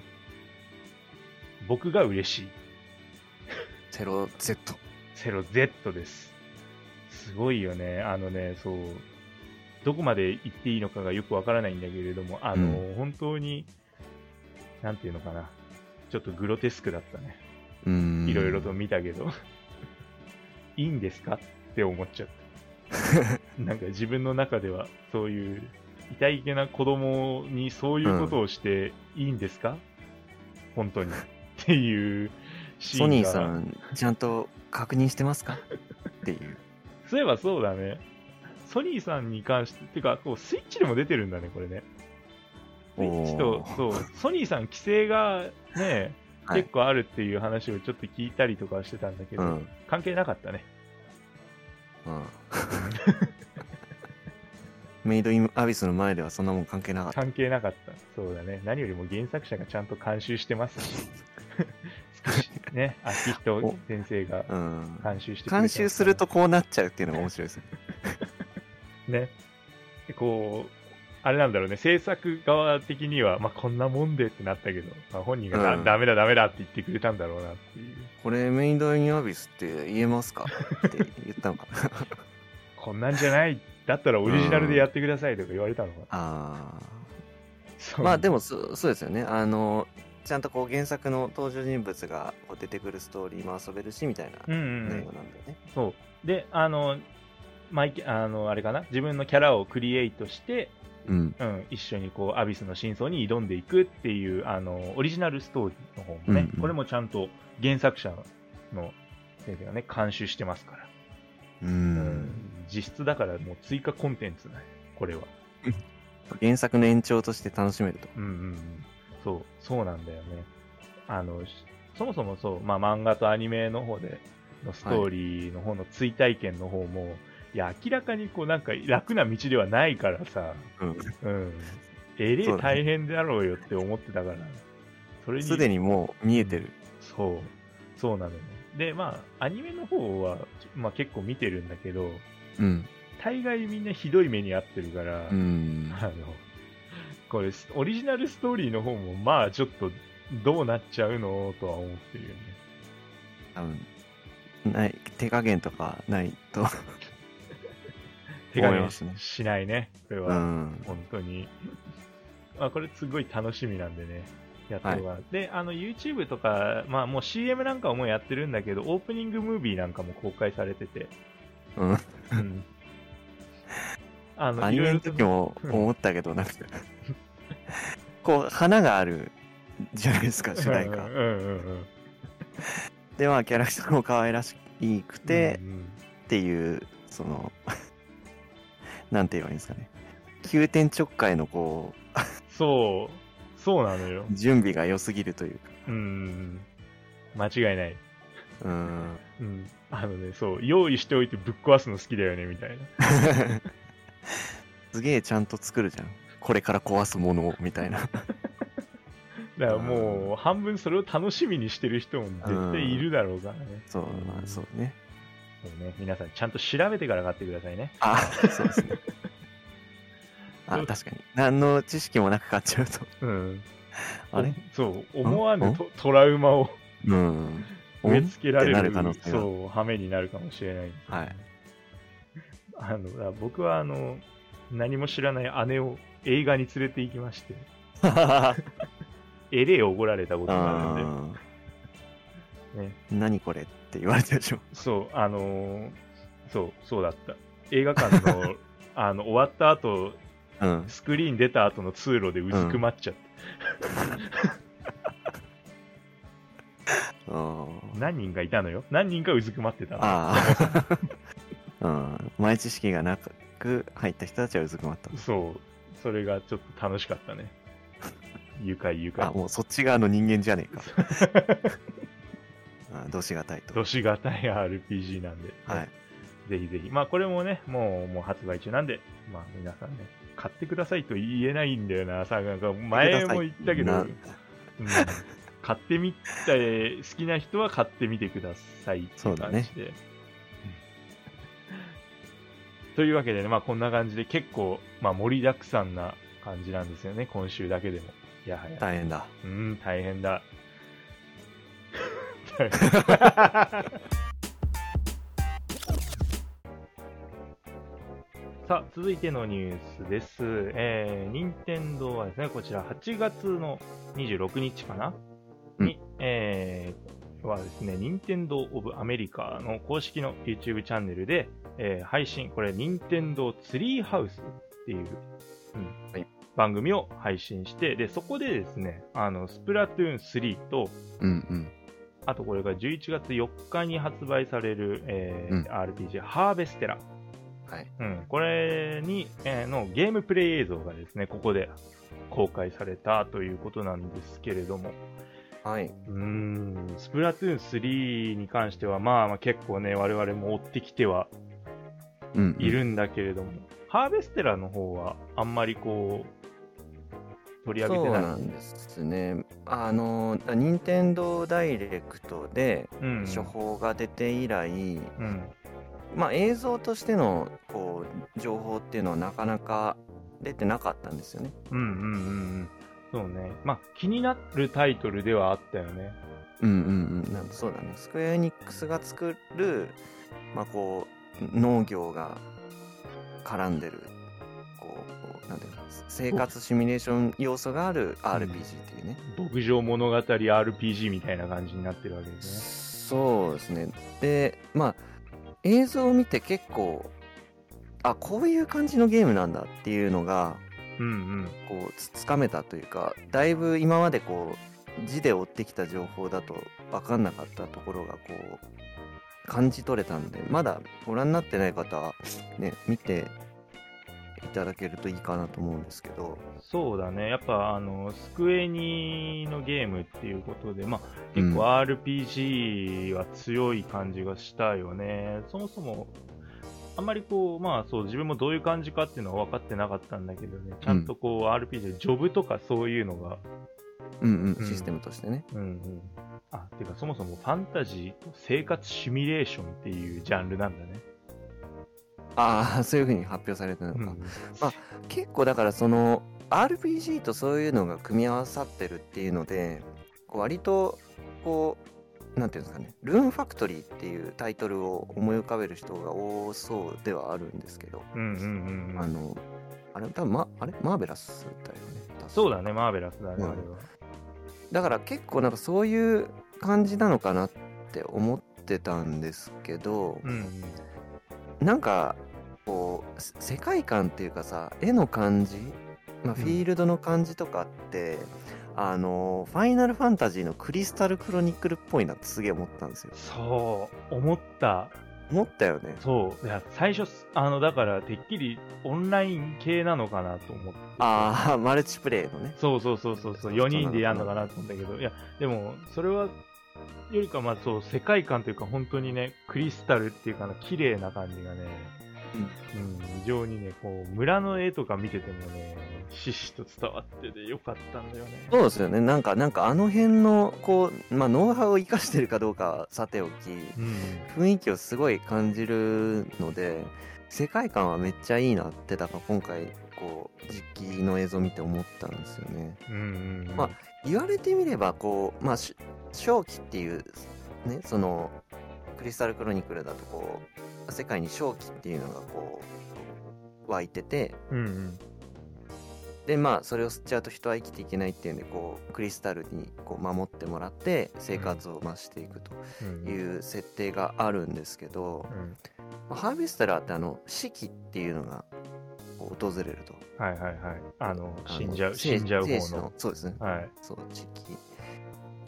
Speaker 2: 僕が嬉しい。
Speaker 3: ゼロ Z
Speaker 2: セロ Z です。すごいよね。あのね、そう、どこまで行っていいのかがよくわからないんだけれども、あの、本当に、なんていうのかな。ちょっとグロテスクだったね。
Speaker 3: うん
Speaker 2: いろいろと見たけど、いいんですかって思っち ゃった。なんか自分の中では、そういう、痛いげな子供にそういうことをしていいんですか、本当に。っていうシー
Speaker 3: ソ
Speaker 2: ン
Speaker 3: ニー
Speaker 2: が。
Speaker 3: さんちゃんと確認してますかっていう
Speaker 2: そういえばそうだね。ソニーさんに関して、てか、こうスイッチでも出てるんだね、これね。スイッチと
Speaker 3: お、ー
Speaker 2: そう、ソニーさん規制がね、
Speaker 3: はい
Speaker 2: 結構あるっていう話をちょっと聞いたりとかしてたんだけど、
Speaker 3: うん
Speaker 2: 関係なかったね。
Speaker 3: うん、 メイドインアビスの前ではそんなもん関係なかった。
Speaker 2: 関係なかった。そうだね。何よりも原作者がちゃんと監修してま すし、少しね、アキヒト先生が
Speaker 3: うん、
Speaker 2: 監修してくれてますから
Speaker 3: 監修するとこうなっちゃうっていうのが面白い ですね。
Speaker 2: ね、こう、あれなんだろうね、制作側的には、まあ、こんなもんでってなったけど、まあ、本人がだ、
Speaker 3: うん
Speaker 2: ダメだ、ダメだって言ってくれたんだろうなっていう、
Speaker 3: これメイドインアビスって言えますかって言ったのかな。
Speaker 2: こんなんじゃない、だったらオリジナルでやってくださいとか言われたのか、
Speaker 3: あ
Speaker 2: そ
Speaker 3: ー
Speaker 2: う
Speaker 3: まあでもそそうですよね。あのちゃんとこう原作の登場人物がこう出てくるストーリーも遊べるしみたいな
Speaker 2: うんうんうん
Speaker 3: 内容なんだよね。
Speaker 2: そう。で、あの、マイケあの、あれかな、自分のキャラをクリエイトして、
Speaker 3: うん、
Speaker 2: うん、一緒にこう、アビスの真相に挑んでいくっていう、あの、オリジナルストーリーの方もね、
Speaker 3: うんうん
Speaker 2: これもちゃんと原作者の先生がね、監修してますから。
Speaker 3: う
Speaker 2: うん
Speaker 3: ん、
Speaker 2: 実質だからもう追加コンテンツだね、これは。
Speaker 3: 原作の延長として楽しめると。
Speaker 2: うんうんうん。そう、そうなんだよね。あの、しそもそもそう、まあ漫画とアニメの方で、のストーリーの方の追体験の方も、い、や、明らかにこうなんか楽な道ではないからさ、
Speaker 3: うん
Speaker 2: うん。えれ
Speaker 3: そ
Speaker 2: え
Speaker 3: うだね
Speaker 2: 大変だろうよって思ってたから、それに、
Speaker 3: すでにもう見えてる。
Speaker 2: そう、そうなのよ。で、まあ、アニメの方は、まあ結構見てるんだけど、
Speaker 3: うん。
Speaker 2: 大概みんなひどい目に遭ってるから、
Speaker 3: うん。
Speaker 2: あの、これ、オリジナルストーリーの方も、まあ、ちょっと、どうなっちゃうのとは思ってるよね。
Speaker 3: 多分ない手加減とかないと、
Speaker 2: 手加
Speaker 3: 思い
Speaker 2: 減
Speaker 3: ますね
Speaker 2: しないね、これ
Speaker 3: う
Speaker 2: は。
Speaker 3: ん、
Speaker 2: 本当に。まあ、これ、すごい楽しみなんでね。やっては、で、あの、YouTube とか、まあ、もう CM なんかはもうやってるんだけど、オープニングムービーなんかも公開されてて。
Speaker 3: うん、
Speaker 2: うん。あ
Speaker 3: アニメの
Speaker 2: と
Speaker 3: 時も思ったけどなんか こう花があるじゃないですか主題歌
Speaker 2: うんうんうんうん。
Speaker 3: でまあキャラクターも可愛らしくて
Speaker 2: う、んうん
Speaker 3: っていうその なんて言えばいいんですかね急転直下へのこ
Speaker 2: そう。そうなのよ。
Speaker 3: 準備が良すぎるというか。
Speaker 2: うん。間違いない。
Speaker 3: うん。
Speaker 2: うん。あのね、そう、用意しておいてぶっ壊すの好きだよね、みたいな。
Speaker 3: すげえちゃんと作るじゃん。これから壊すものをみたいな。
Speaker 2: だからもう、半分それを楽しみにしてる人も絶対いるだろうからね。
Speaker 3: そう、まあそうね。
Speaker 2: そうね、皆さんちゃんと調べてから買ってくださいね。
Speaker 3: あ、そうですね。あ、確かに。何の知識もなく買っちゃうと。
Speaker 2: うん。
Speaker 3: あれ
Speaker 2: そう、思わぬ
Speaker 3: ん
Speaker 2: トトラウマを
Speaker 3: うん。
Speaker 2: 植え付けられ
Speaker 3: ってな
Speaker 2: る
Speaker 3: る可能性が
Speaker 2: そう、羽目になるかもしれない。
Speaker 3: はい。
Speaker 2: あの、だから僕はあの、何も知らない姉を映画に連れて行きまして、
Speaker 3: あ
Speaker 2: エレをおごられたことがあるんで、
Speaker 3: ー
Speaker 2: ね
Speaker 3: 何これって言われてるでしょ。
Speaker 2: そう、あのーそう、そうだった。映画館 の、あの、終わった後、
Speaker 3: うん。
Speaker 2: スクリーン出た後の通路でうずくまっちゃって、
Speaker 3: あー
Speaker 2: 何人がいたのよ何人がうずくまってたの
Speaker 3: あー。 うん。前知識がなく入った人たちはうずくまった。
Speaker 2: そう、それがちょっと楽しかっ たね。愉快愉
Speaker 3: あ、
Speaker 2: 快。
Speaker 3: もうそっち側の人間じゃねえか。 あーどうしがたいと。
Speaker 2: どしがたい RPG なんで、
Speaker 3: はい。
Speaker 2: ぜひぜひ。まあこれもね、もうもう発売中なんで、まあ皆さんね、買ってくださいと言えないんだよな、さなんか前も言ったけど、
Speaker 3: な
Speaker 2: うん買ってみて、好きな人は買ってみてくださいって
Speaker 3: そ
Speaker 2: いう
Speaker 3: うだ
Speaker 2: 感
Speaker 3: ね
Speaker 2: じで。うんというわけでね、まあこんな感じで結構、まあ盛りだくさんな感じなんですよね、今週だけでも。いやはや。
Speaker 3: 大変だ。
Speaker 2: うーん、大変だ。 さあ、続いてのニュースです。えー、任天堂はですね、こちら8月の26日かな、
Speaker 3: うん
Speaker 2: に、えー、はですね、任天堂オブアメリカの公式の YouTube チャンネルで、えー配信、これ、任天堂ツリーハウスっていう、うん
Speaker 3: はい
Speaker 2: 番組を配信して、で、そこでですね、あの、スプラトゥーン3と、
Speaker 3: うんうん。
Speaker 2: あとこれが11月4日に発売される、えー
Speaker 3: うん
Speaker 2: RPG ハーベステラ。
Speaker 3: はい。
Speaker 2: うん、これに、えーのゲームプレイ映像がですね、ここで公開されたということなんですけれども、
Speaker 3: はい。
Speaker 2: うーん、スプラトゥーン3に関しては、まあまあ結構ね、我々も追ってきては
Speaker 3: うんうん
Speaker 2: いるんだけれども、ハーベステラの方はあんまりこう、取り上げて
Speaker 3: そう
Speaker 2: ない。
Speaker 3: なんですね。あの、任天堂ダイレクトで
Speaker 2: うん
Speaker 3: 処方が出て以来、
Speaker 2: うん。
Speaker 3: まあ映像としてのこう情報っていうのはなかなか出てなかったんですよね。
Speaker 2: うんうんうんうん。そうね。まあ、気になるタイトルではあったよね。
Speaker 3: うんうんうん。なんかそうだね。スクエアエニックスが作る、まあこう、農業が絡んでる、こう、こうなんていうの、生活シミュレーション要素がある RPG っていうね。
Speaker 2: 牧場物語 RPG みたいな感じになってるわけですね。
Speaker 3: そうですね。で、まあ、映像を見て結構、あ、こういう感じのゲームなんだっていうのが、
Speaker 2: うん
Speaker 3: こう、つつかめたというか、だいぶ今までこう、字で追ってきた情報だと分かんなかったところが、こう、感じ取れたんで、まだご覧になってない方は、ね、見ていただけるといいかなと思うんですけど、
Speaker 2: うん。そうだね。やっぱ、あの、スクエニのゲームっていうことで、まあ、結構 RPG は強い感じがしたよね。そもそも、あんまりこう、まあそう、自分もどういう感じかっていうのは分かってなかったんだけどね、ちゃんとこう RPG でジョブとかそういうのが
Speaker 3: うん
Speaker 2: う
Speaker 3: うんん、システムとしてね。
Speaker 2: うんうん。あ、てかそもそもファンタジーと生活シミュレーションっていうジャンルなんだね。
Speaker 3: ああ、そういうふうに発表されたのか。
Speaker 2: うん
Speaker 3: 結構だからその RPG とそういうのが組み合わさってるっていうのでこう割とこうなんていうんですかね「ルーンファクトリー」っていうタイトルを思い浮かべる人が多そうではあるんですけど、
Speaker 2: うんうんうん
Speaker 3: あ
Speaker 2: うん。
Speaker 3: のあれ多分、ま、あれマーベラスだよね確か
Speaker 2: そうだね、マーベラスだね、
Speaker 3: うん
Speaker 2: あれは。
Speaker 3: だから結構なんかそういう感じなのかなって思ってたんですけど
Speaker 2: うんうん。
Speaker 3: なんかこうせ世界観っていうかさ絵の感じ、まあ、
Speaker 2: うん
Speaker 3: フィールドの感じとかって、あのファイナルファンタジーのクリスタルクロニクルっぽいなってすげえ思ったんですよ。
Speaker 2: そう、思った。
Speaker 3: 思ったよね。
Speaker 2: そう。いや、最初、あの、だから、てっきりオンライン系なのかなと思って。
Speaker 3: ああ、マルチプレイのね。
Speaker 2: そうそうそうそうそ
Speaker 3: そ
Speaker 2: う、
Speaker 3: う
Speaker 2: 4人でやるのかなと思ったけど、いや、でも、それは、よりか、まあそう、世界観というか、本当にね、クリスタルっていうかな、綺麗な感じがね、うん、非常にね、こう、村の絵とか見ててもね、ひしひしと伝わっててよかったんだよね。
Speaker 3: そうですよね。なんか、なんかあの辺の、こう、まあ、ノウハウを生かしてるかどうかはさておき、
Speaker 2: うん。
Speaker 3: 雰囲気をすごい感じるので、世界観はめっちゃいいなって、だから今回、こう、実機の映像見て思ったんですよね。
Speaker 2: うん、うん。
Speaker 3: まあ言われてみれば、こう、まあ、し正気っていう、ね、その、クリスタルクロニクルだと、こう、世界に正気っていうのが、こう、湧いてて、
Speaker 2: うんうん。
Speaker 3: でまあそれを吸っちゃうと人は生きていけないっていうんでこうクリスタルにこう守ってもらって生活を増していく
Speaker 2: うん
Speaker 3: という設定があるんですけど、
Speaker 2: うん。
Speaker 3: ハーベスタラーってあの四季っていうのがこう訪れると
Speaker 2: はいはいはい。あの、
Speaker 3: あの
Speaker 2: 死んじゃう、死
Speaker 3: 生
Speaker 2: んじゃう
Speaker 3: 生
Speaker 2: 方
Speaker 3: 死
Speaker 2: の。
Speaker 3: そうですね
Speaker 2: はい。
Speaker 3: そう時期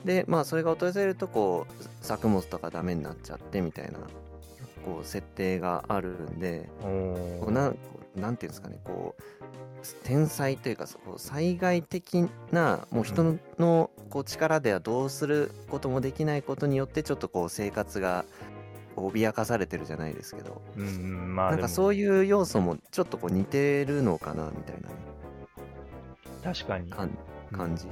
Speaker 3: でまあそれが訪れるとこう作物とかダメになっちゃってみたいなこう設定があるんで
Speaker 2: お
Speaker 3: こ
Speaker 2: ー
Speaker 3: うなんこうなんていうんですかねこう天才というかこう災害的なもう人の,、こう力ではどうすることもできないことによってちょっとこう生活が脅かされてるじゃないですけど
Speaker 2: うんうん、まあ、
Speaker 3: なん
Speaker 2: でも
Speaker 3: かそういう要素もちょっとこう似てるのかなみたいなね、
Speaker 2: 確かに。
Speaker 3: 感感じ。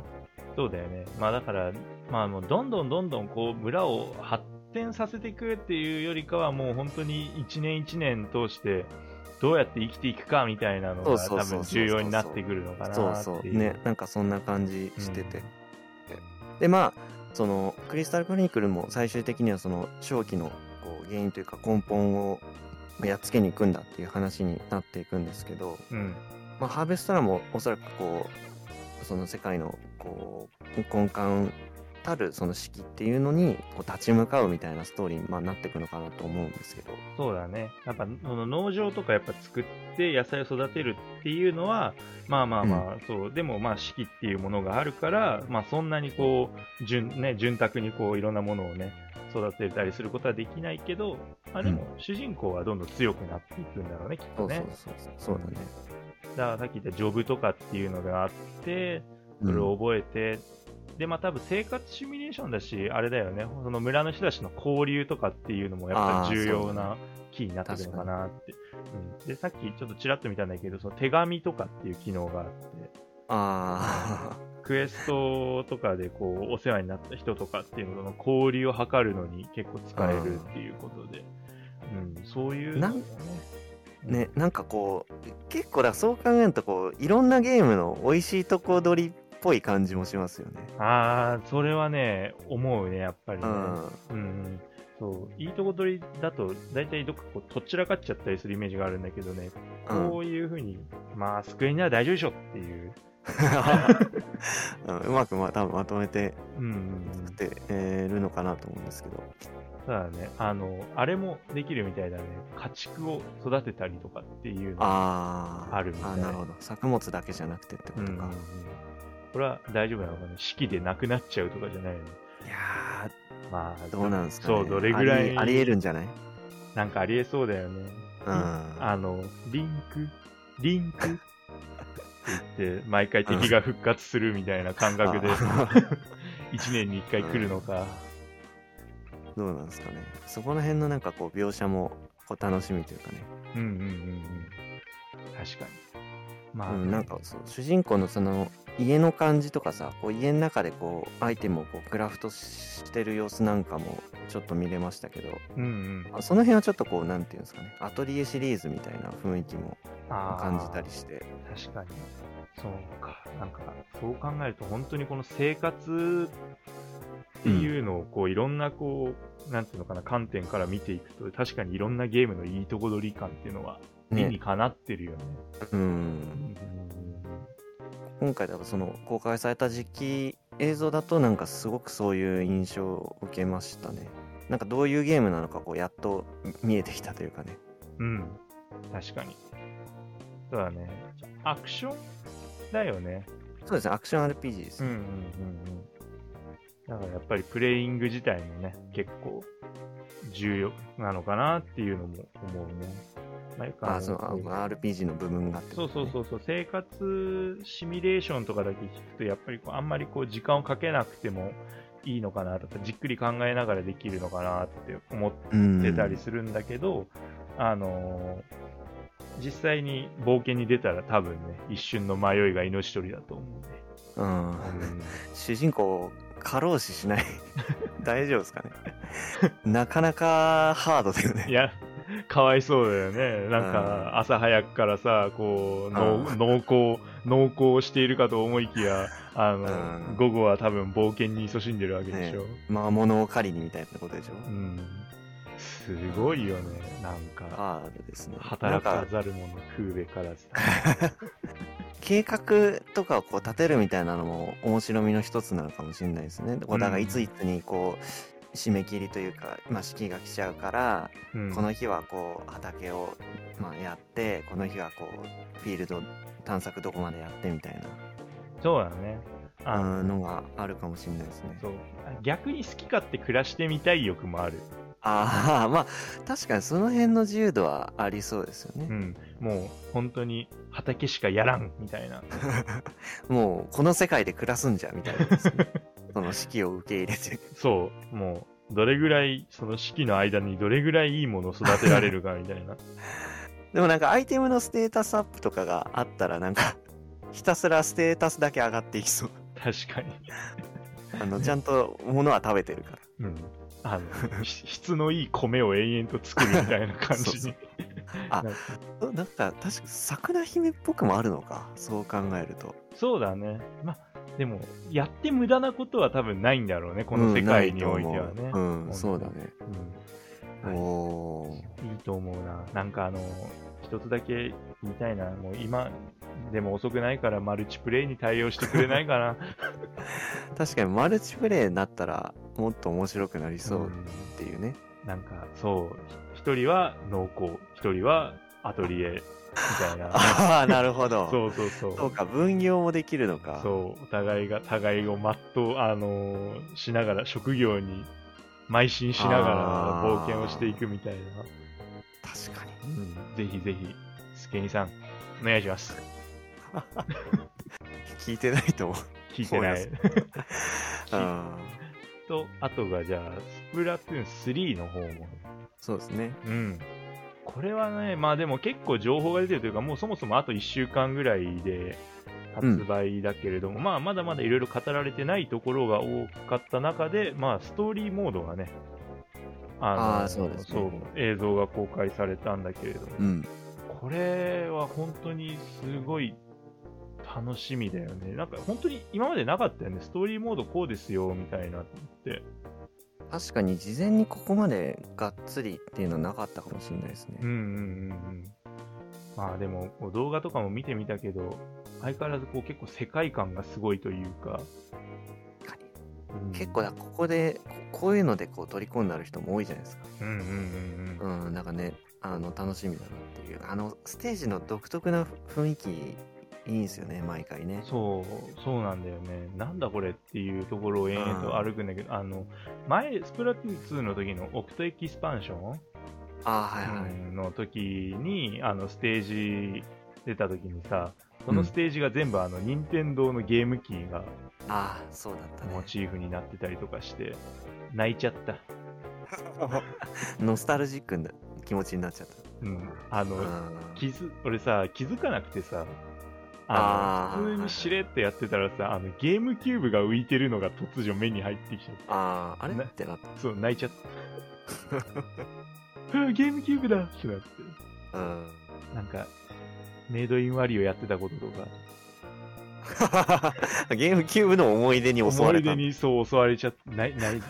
Speaker 2: そうだよね。まあだから、まあもうどんどんどんどんこう村を発展させていくっていうよりかはもう本当に一年一年通してどうやって生きていくかみたいなのが
Speaker 3: そ
Speaker 2: 多
Speaker 3: うそうそうそう
Speaker 2: 分重要になってくるのかなってい。
Speaker 3: そううそうねなんかそんな感じしてて、でまあそのクリスタル・クリニクルも最終的にはその正気のこう原因というか根本をやっつけに行くんだっていう話になっていくんですけど、
Speaker 2: うん。
Speaker 3: まあ、ハーベストラもおそらくこうその世界のこう根幹たるその四季っていうのにこう立ち向かうみたいなストーリーに、まあ、なっていくのかなと思うんですけど
Speaker 2: そうだね。やっぱその農場とかやっぱ作って野菜を育てるっていうのは、まあまあまあ、そう、でもまあ四季っていうものがあるから、まあそんなにこう、潤ね、潤沢にこういろんなものをね、育てたりすることはできないけど、まあでも主人公はどんどん強くなっていくんだろうね、きっ
Speaker 3: そ
Speaker 2: と
Speaker 3: うそ
Speaker 2: ね
Speaker 3: う。そうそうそうだね。
Speaker 2: だからさっき言ったジョブとかっていうのがあって、それを覚えて、で、まあ多分生活シミュレーションだし、あれだよね、その村の人たちの交流とかっていうのもやっぱり重要
Speaker 3: あー
Speaker 2: なキーになってくるのかなって。うん、で、さっきちょっとちらっと見たんだけど、その手紙とかっていう機能があって、
Speaker 3: ああ
Speaker 2: クエストとかでこう、お世話になった人とかっていうのの交流を図るのに結構使えるっていうことで、うん、そういうのもね。
Speaker 3: ね、なんかこう結構だからそう考えるとこういろんなゲームの美味しいとこ取りっぽい感じもしますよね。
Speaker 2: ああ、それはね、思うね、やっぱ
Speaker 3: う
Speaker 2: り、ね。
Speaker 3: ん、
Speaker 2: うん、そういいとこ取りだと大体どっかこうとっちらかっちゃったりするイメージがあるんだけどね、
Speaker 3: うん
Speaker 2: こういうふうにまあ救いなら大丈夫でしょっていう、
Speaker 3: うんうまくまあ多分まとめて
Speaker 2: うんうんうん、
Speaker 3: って、えーるのかなと思うんですけど。
Speaker 2: ただねあのあれもできるみたいだね家畜を育てたりとかっていうの
Speaker 3: あー
Speaker 2: あるみたい
Speaker 3: あーなるほど作物だけじゃなくてって
Speaker 2: う
Speaker 3: こ
Speaker 2: んう
Speaker 3: と
Speaker 2: んう
Speaker 3: か
Speaker 2: ん。これは大丈夫なのかね式でなくなっちゃうとかじゃないの
Speaker 3: いや
Speaker 2: まあ
Speaker 3: ーどうなんですかね。
Speaker 2: そうどれぐらい
Speaker 3: ありありえるんじゃない？
Speaker 2: なんかありえそうだよね
Speaker 3: うん。
Speaker 2: あの、リンク、リンクって言って、毎回敵が復活するみたいな感覚で、1 年に1回来るのか。
Speaker 3: どうなんですかね。そこら辺のなんかこう描写もこう楽しみというかね。
Speaker 2: うんうんうんうん。確かに。まあ、
Speaker 3: うん、なんかそう主人公のその家の感じとかさこう家の中でこうアイテムをこうクラフトしてる様子なんかもちょっと見れましたけど
Speaker 2: うんうん。
Speaker 3: あその辺はちょっとこうなんていうんですかねアトリエシリーズみたいな雰囲気も
Speaker 2: あー
Speaker 3: 感じたりして
Speaker 2: 確かに。そうか。なんか、そう考えると、本当にこの生活っていうのを、こう、いろんな、こう、なんていうのかな、観点から見ていくと、確かにいろんなゲームのいいとこ取り感っていうのは、理に
Speaker 3: ね
Speaker 2: かなってるよね。
Speaker 3: うん今回だとその公開された時期映像だとなんかすごくそういう印象を受けましたねなんかどういうゲームなのかこうやっと見えてきたというかね
Speaker 2: うん、確かに。そうだね。アクションだよね。
Speaker 3: そうですねアクション RPG です
Speaker 2: うん
Speaker 3: ね、
Speaker 2: うんうんうん。だからやっぱりプレイング自体もね、結構、重要なのかなっていうのも思うね。まよくの
Speaker 3: あそのあまあ RPG の部分がってこ
Speaker 2: そう
Speaker 3: と
Speaker 2: そう
Speaker 3: ね
Speaker 2: そうそう、生活シミュレーションとかだけ聞くと、やっぱりこうあんまりこう時間をかけなくてもいいのかなとか、じっくり考えながらできるのかなって思
Speaker 3: うん
Speaker 2: ってたりするんだけど、あのー実際に冒険に出たら多分ね、一瞬の迷いが命取りだと思うね。
Speaker 3: うん、主人公過労死し ない大丈夫ですかねなかなかハードだよ
Speaker 2: い
Speaker 3: ね
Speaker 2: や、かわいそうだよね。なん
Speaker 3: う
Speaker 2: か、朝早くからさ、こう、の
Speaker 3: うん
Speaker 2: 濃厚、濃厚をしているかと思いきや、あの、
Speaker 3: うん
Speaker 2: 午後は多分冒険に勤しんでるわけでしょ。
Speaker 3: 魔物を狩りにみたいなことでしょ
Speaker 2: うん。すごいよね、なんか。
Speaker 3: ハードですねなん
Speaker 2: 働か
Speaker 3: か
Speaker 2: ざる者食うべからず。
Speaker 3: 計画とかをこう立てるみたいなのも面白みの一つなのかもしれないですねこうだからいついつにこう締め切りというか、まあ、式が来ちゃうから
Speaker 2: うん
Speaker 3: この日はこう畑をまあやってこの日はこうフィールド探索どこまでやってみたい
Speaker 2: そうだね。あ
Speaker 3: な
Speaker 2: の
Speaker 3: うんのがあるかもしれないですね。
Speaker 2: そう逆に好き勝手暮らしてみたい欲もある。
Speaker 3: ああまあ確かにその辺の自由度はありそうですよ
Speaker 2: う
Speaker 3: ね。
Speaker 2: ん。もう、本当に畑しかやらん、みたいな。
Speaker 3: もうこの世界で暮らすんじゃみたいなです ね、その式を受け入れて。
Speaker 2: そう、もう、どれぐらい、その式の間にどれぐらいいいものを育てられるかみたいな。
Speaker 3: でもなんかアイテムのステータスアップとかがあったらなんか ひたすらステータスだけ上がっていきそう。
Speaker 2: 確かに。
Speaker 3: あのちゃんと物は食べてるから。
Speaker 2: うん。あの、ひ質のいい米を永遠と作るみたいな感じ
Speaker 3: そう
Speaker 2: に。
Speaker 3: あ
Speaker 2: なんか
Speaker 3: うんなんか確か桜姫っぽくもあるのかそう考えると。
Speaker 2: そうだね。まあ、でも、やって無駄なことは多分ないんだろうね、この世界においてはね。
Speaker 3: う
Speaker 2: うん
Speaker 3: ん、ないと思ううんそうだね。
Speaker 2: はい
Speaker 3: おー
Speaker 2: いいと思うな。なんかあの、一つだけ言いたいな。もう今、でも遅くないからマルチプレイに対応してくれないかな。
Speaker 3: 確かにマルチプレイになったらもっと面白くなり そう
Speaker 2: うん
Speaker 3: っていうね。
Speaker 2: なんか、そう、ひ一人は濃厚、一人はアトリエ、みたいな。
Speaker 3: ああ、なるほ ど。そう
Speaker 2: そうそうそう。
Speaker 3: か、分業もできるのか。
Speaker 2: そう、お互いが、互いを全う、あのーしながら、職業に邁進しながら
Speaker 3: あー
Speaker 2: 冒険をしていくみたいな。
Speaker 3: 確かに。
Speaker 2: うん、ぜひぜひ、スケニさん、お願いします。
Speaker 3: 聞いてないと思う。
Speaker 2: 聞いてな
Speaker 3: そ。
Speaker 2: いう
Speaker 3: あー
Speaker 2: と、あとが、じゃあ、スプラトゥーン3の方も。
Speaker 3: そうですね。
Speaker 2: うん。これはね、まあでも結構情報が出てるというか、もうそもそもあと1週間ぐらいで発売だけれども、まあまだまだいろいろ語られてないところが多かった中で、まあストーリーモードがね、
Speaker 3: あ
Speaker 2: あ
Speaker 3: ーそうですね
Speaker 2: そう映像が公開されたんだけれども、
Speaker 3: うん。
Speaker 2: これは本当にすごい楽しみだよね。なんか本当に今までなかったよね、ストーリーモードこうですよ、みたいなって。
Speaker 3: 確かに事前にここまでがっつりっていうのはなかったかもしれないです
Speaker 2: うん
Speaker 3: ね。
Speaker 2: うんうんうん。まあでも、こう動画とかも見てみたけど、相変わらずこう結構世界観がすごいというか。
Speaker 3: 確かに
Speaker 2: うん
Speaker 3: 結構だ、ここで、ここういうのでこう虜になる人も多いじゃないですか。
Speaker 2: うんうんうんうん。
Speaker 3: うん、なんかね、あの、楽しみだなっていう。あの、ステージの独特な雰囲気、いいんですよね、毎回ね。
Speaker 2: そう、そうなんだよね。なんだこれっていうところを延々と歩くんだけど、あの、前、スプラトゥーン2の時のオクトエキスパンション
Speaker 3: ああ、はいはい。
Speaker 2: の時に、あの、ステージ出た時にさ、そのステージが全部あの、任天堂のゲーム機が
Speaker 3: ああ、そうだったね
Speaker 2: モ。チーフになってたりとかして、泣いちゃった。
Speaker 3: ノスタルジックな気持ちになっちゃった。
Speaker 2: うん。あの、
Speaker 3: あー
Speaker 2: 気づ俺さ気づかなくてさあ
Speaker 3: あ
Speaker 2: の
Speaker 3: ー
Speaker 2: 普通にしれっとやってたらさあのゲームキューブが浮いてるのが突如目に入ってきちゃっ
Speaker 3: あー、あれ
Speaker 2: ね
Speaker 3: ってなった
Speaker 2: そう泣 いちゃったうんゲームキューブだってなって。
Speaker 3: うん。
Speaker 2: なんかメイドインワリオやってたこととか
Speaker 3: ゲームキューブの思い出に襲われ
Speaker 2: 思
Speaker 3: た
Speaker 2: い出。にそう襲われちゃった泣い泣い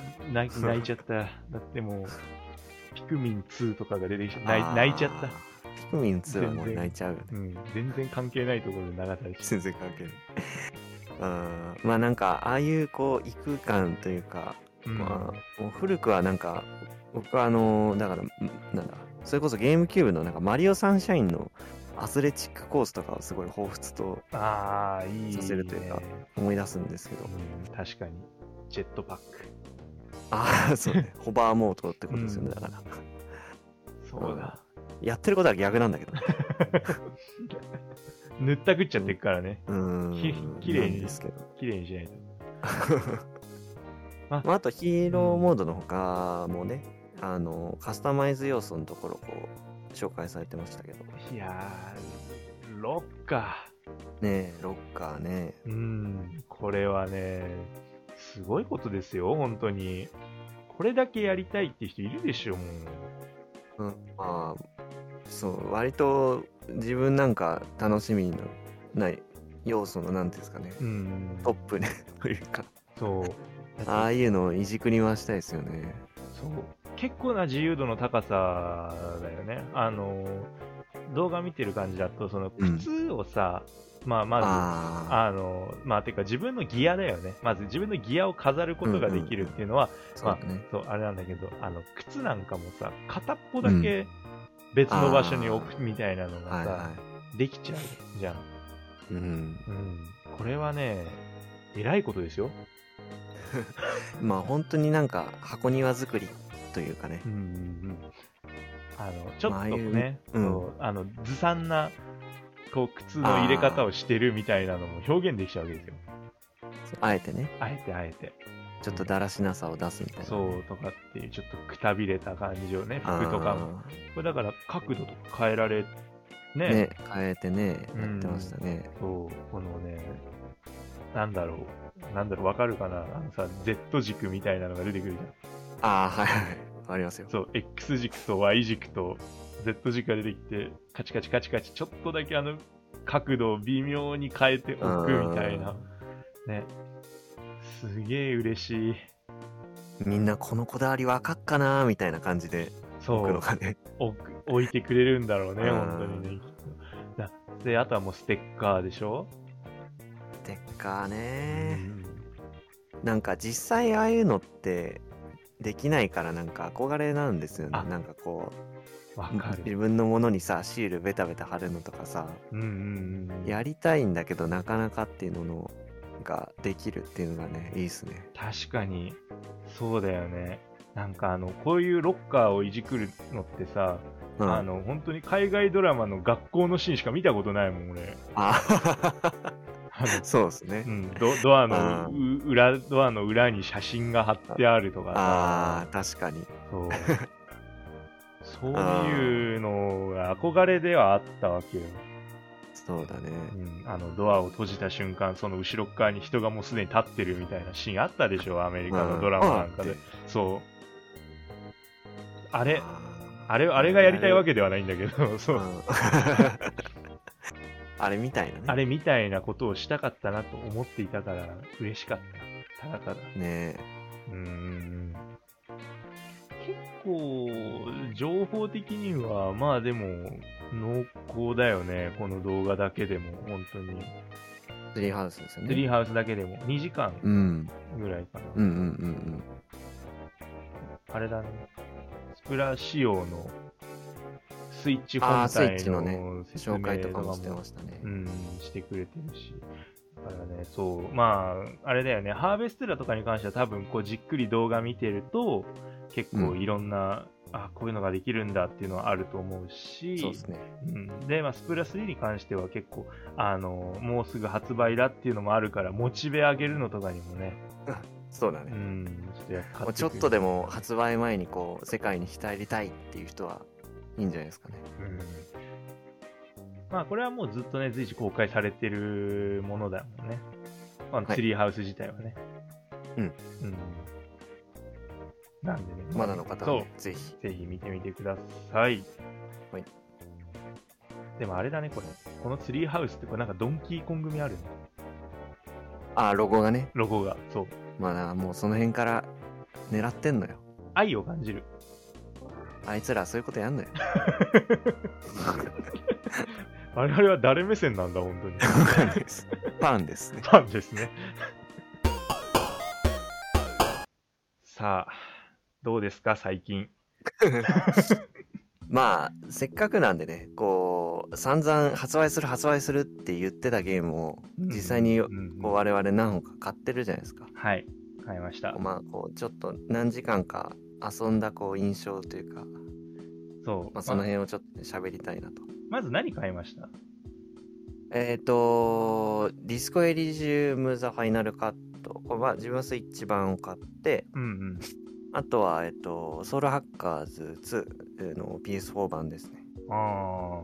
Speaker 2: 泣い泣いちゃっただってもうピクミン2とかが出てきて泣い
Speaker 3: あー
Speaker 2: 泣いちゃった、。
Speaker 3: ピクミン2はもう
Speaker 2: 全然
Speaker 3: 泣いちゃうよね。
Speaker 2: うん、全然関係ないところで流されちゃ
Speaker 3: 全然関係ない。うんまあなんかああいうこう異空間というか、
Speaker 2: う、うん
Speaker 3: まあ、もう古くはなんか僕はあのだからんなんだそれこそゲームキューブのなんかマリオサンシャインのアスレチックコースとかをすごい彷彿と
Speaker 2: ああいいね
Speaker 3: させるというか思い出すんですけど
Speaker 2: うん、確かに。ジェットパック。
Speaker 3: ああ、そう ね。ホバーモードってことですよね。だから。
Speaker 2: そうだ。
Speaker 3: やってることは逆なんだけどね。
Speaker 2: 塗ったくっちゃってるからね。
Speaker 3: うーん。
Speaker 2: ききれい
Speaker 3: な
Speaker 2: に
Speaker 3: んですけど。
Speaker 2: 綺麗にしないと。
Speaker 3: まあ、あとヒーローモードの他もね、あの、カスタマイズ要素のところ、こう、紹介されてましたけど。ね
Speaker 2: いやー、ロッカ
Speaker 3: え、ロッカーね。
Speaker 2: ー。うん、これはね、すごいことですよ、本当に。これだけやりたいって人いるでしょ、もう。
Speaker 3: うん、まあ、そう、割と自分なんか楽しみのない要素の、なんていうんですかね。
Speaker 2: うん。
Speaker 3: トップね、 というか。
Speaker 2: そう。
Speaker 3: ああいうのをいじくり回したいですよね。
Speaker 2: そう結構な自由度の高さだよね。あの動画見てる感じだとその
Speaker 3: うん
Speaker 2: 靴をさ、まあまずあ
Speaker 3: ああ、
Speaker 2: のまあてか自分のギアだよね。まず自分のギアを飾ることができるっていうのは、
Speaker 3: そうだね。
Speaker 2: そうあれなんだけど、あの靴なんかもさ片っぽだけ別の場所に置くみたいなの
Speaker 3: は
Speaker 2: が
Speaker 3: い
Speaker 2: さ、
Speaker 3: は
Speaker 2: できちゃうじゃん。
Speaker 3: い。うん。
Speaker 2: うん、これはねえらいことですよ。
Speaker 3: まあ本当になんか箱庭作りというかね
Speaker 2: う。んうんうんあのちょ
Speaker 3: まあ
Speaker 2: っ
Speaker 3: ああ
Speaker 2: と
Speaker 3: いう
Speaker 2: ね、
Speaker 3: うん
Speaker 2: そうあのずさんなこう靴の入れ方をしてるみたいなのも表現できちゃうわけですよ。
Speaker 3: あえてね、
Speaker 2: あえてあえて。
Speaker 3: ちょっとだらしなさを出すみたいな。
Speaker 2: そうとかっていう、ちょっとくたびれた感じをね、服とかも。
Speaker 3: あ
Speaker 2: これだから角度とか変えられ、
Speaker 3: ー
Speaker 2: ね、
Speaker 3: ね、変えてね、や
Speaker 2: うん
Speaker 3: ってましたね。
Speaker 2: そう、このね、なんだろう、なんだろう、わかるかな、あのさ、Z 軸みたいなのが出てくるじゃん。
Speaker 3: ああ、はいはい。ありますよ。
Speaker 2: そう、X 軸と Y 軸と Z 軸が出てきて、カチカチカチカチ、ちょっとだけあの角度を微妙に変えておくみたいな。ね。すげえ嬉しい。
Speaker 3: みんなこのこだわりわかっかなーみたいな感じで
Speaker 2: そ
Speaker 3: 置く
Speaker 2: う
Speaker 3: の、がね。
Speaker 2: 置く置いてくれるんだろうね、
Speaker 3: うん
Speaker 2: 本当にね、きっとだ。で、あとはもうステッカーでしょ、
Speaker 3: でっかー
Speaker 2: う
Speaker 3: ね
Speaker 2: ん、
Speaker 3: なんか実際ああいうのってできないからなんか憧れなんですよね
Speaker 2: あ。
Speaker 3: なんかこ
Speaker 2: わ
Speaker 3: う、
Speaker 2: か
Speaker 3: 自
Speaker 2: る。
Speaker 3: 分のものにさ、シールベタベタ貼るのとかさ、
Speaker 2: うんうんうん。
Speaker 3: やりたいんだけどなかなかっていうのができるっていうのがねいいですね
Speaker 2: 確かに、そうだよね。なんかあの、こういうロッカーをいじくるのってさ、
Speaker 3: うん
Speaker 2: あの本当に海外ドラマの学校のシーンしか見たことないも ん、俺。
Speaker 3: あ
Speaker 2: あの
Speaker 3: そうですね、
Speaker 2: うん、ドドア
Speaker 3: あ
Speaker 2: のう裏ドアの裏に写真が貼ってあるとか
Speaker 3: あ
Speaker 2: さ
Speaker 3: あ確かに
Speaker 2: そう そういうのが憧れではあったわけよ、
Speaker 3: そうだね
Speaker 2: うん、あのドアを閉じた瞬間その後ろっ側に人がもうすでに立ってるみたいなシーンあったでしょアメリカのドラマなんかで、
Speaker 3: うん
Speaker 2: そうあれ
Speaker 3: あ
Speaker 2: あれあれがやりたいわけではないんだけど そ
Speaker 3: ー
Speaker 2: う
Speaker 3: うんあれみたいなね
Speaker 2: あれみたいなことをしたかったなと思っていたから嬉しかった。ただただ。
Speaker 3: ね
Speaker 2: うーん。結構、情報的には、まあでも、濃厚だよね。この動画だけでも、本当に。
Speaker 3: えツリーハウスですよ
Speaker 2: ツリー
Speaker 3: ね
Speaker 2: ハウスだけでも、2時間
Speaker 3: うん
Speaker 2: ぐらいかな。
Speaker 3: うんうんうん
Speaker 2: あれだね。スプラ仕様のスイッチ
Speaker 3: あ
Speaker 2: 本
Speaker 3: ースイッ
Speaker 2: 体
Speaker 3: チのね
Speaker 2: の
Speaker 3: うん
Speaker 2: 説明
Speaker 3: 紹介とか
Speaker 2: 動
Speaker 3: も
Speaker 2: 画
Speaker 3: してましたね、
Speaker 2: うん、してくれてるし。だからね、そう、まあ、あれだよね、ハーベストラとかに関しては多分、こう、じっくり動画見てると、結構
Speaker 3: うん
Speaker 2: いろんな、あ、こういうのができるんだっていうのはあると思うし、
Speaker 3: そうですね
Speaker 2: うん、で、まあ、スプラ3に関しては結構、あの、もうすぐ発売だっていうのもあるから、モチベ上げるのとかにもね、
Speaker 3: そうだ
Speaker 2: う
Speaker 3: ね、
Speaker 2: ん、ちょっとやっ買
Speaker 3: もうちょっとでも発売前にこう世界に浸りたいっていう人はいいんじゃないですかね
Speaker 2: うんまあこれはもうずっとね、随時公開されてるものだもんね。まあ、
Speaker 3: はい
Speaker 2: ツリーハウス自体はね。
Speaker 3: うん。
Speaker 2: うん。なんでね。
Speaker 3: まだの方は、ね、ぜひ
Speaker 2: そう。ぜひ見てみてください。
Speaker 3: はい。
Speaker 2: でもあれだね、これ。このツリーハウスってこれなんかドンキーコン組あるね。
Speaker 3: あーロゴがね
Speaker 2: ロゴが。そう。
Speaker 3: まあなもうその辺から狙ってんのよ
Speaker 2: 愛を感じる。
Speaker 3: あいつらそういうことやん のよ
Speaker 2: 我々は誰目線なんだ、本当に。
Speaker 3: わかんないですパンですね
Speaker 2: ファンですね。 さあ、どうですか、最近。
Speaker 3: まあせっかくなんでねこう散々発売する発売するって言ってたゲームを実際に
Speaker 2: うん
Speaker 3: こう我々何本か買ってるじゃないですか
Speaker 2: はい。買いました。
Speaker 3: まあこうちょっと何時間か遊んだこう印象というか、
Speaker 2: そう。
Speaker 3: まあ、その辺をちょっと喋りたいなと。
Speaker 2: まず何買いました
Speaker 3: えっ、とディスコエリジウム・ザ・ファイナル・カットこれは自分はスイッチ版を買って
Speaker 2: うん
Speaker 3: あとは、えっと、ソウルハッカーズ2の PS4 版ですね
Speaker 2: うん。ああ。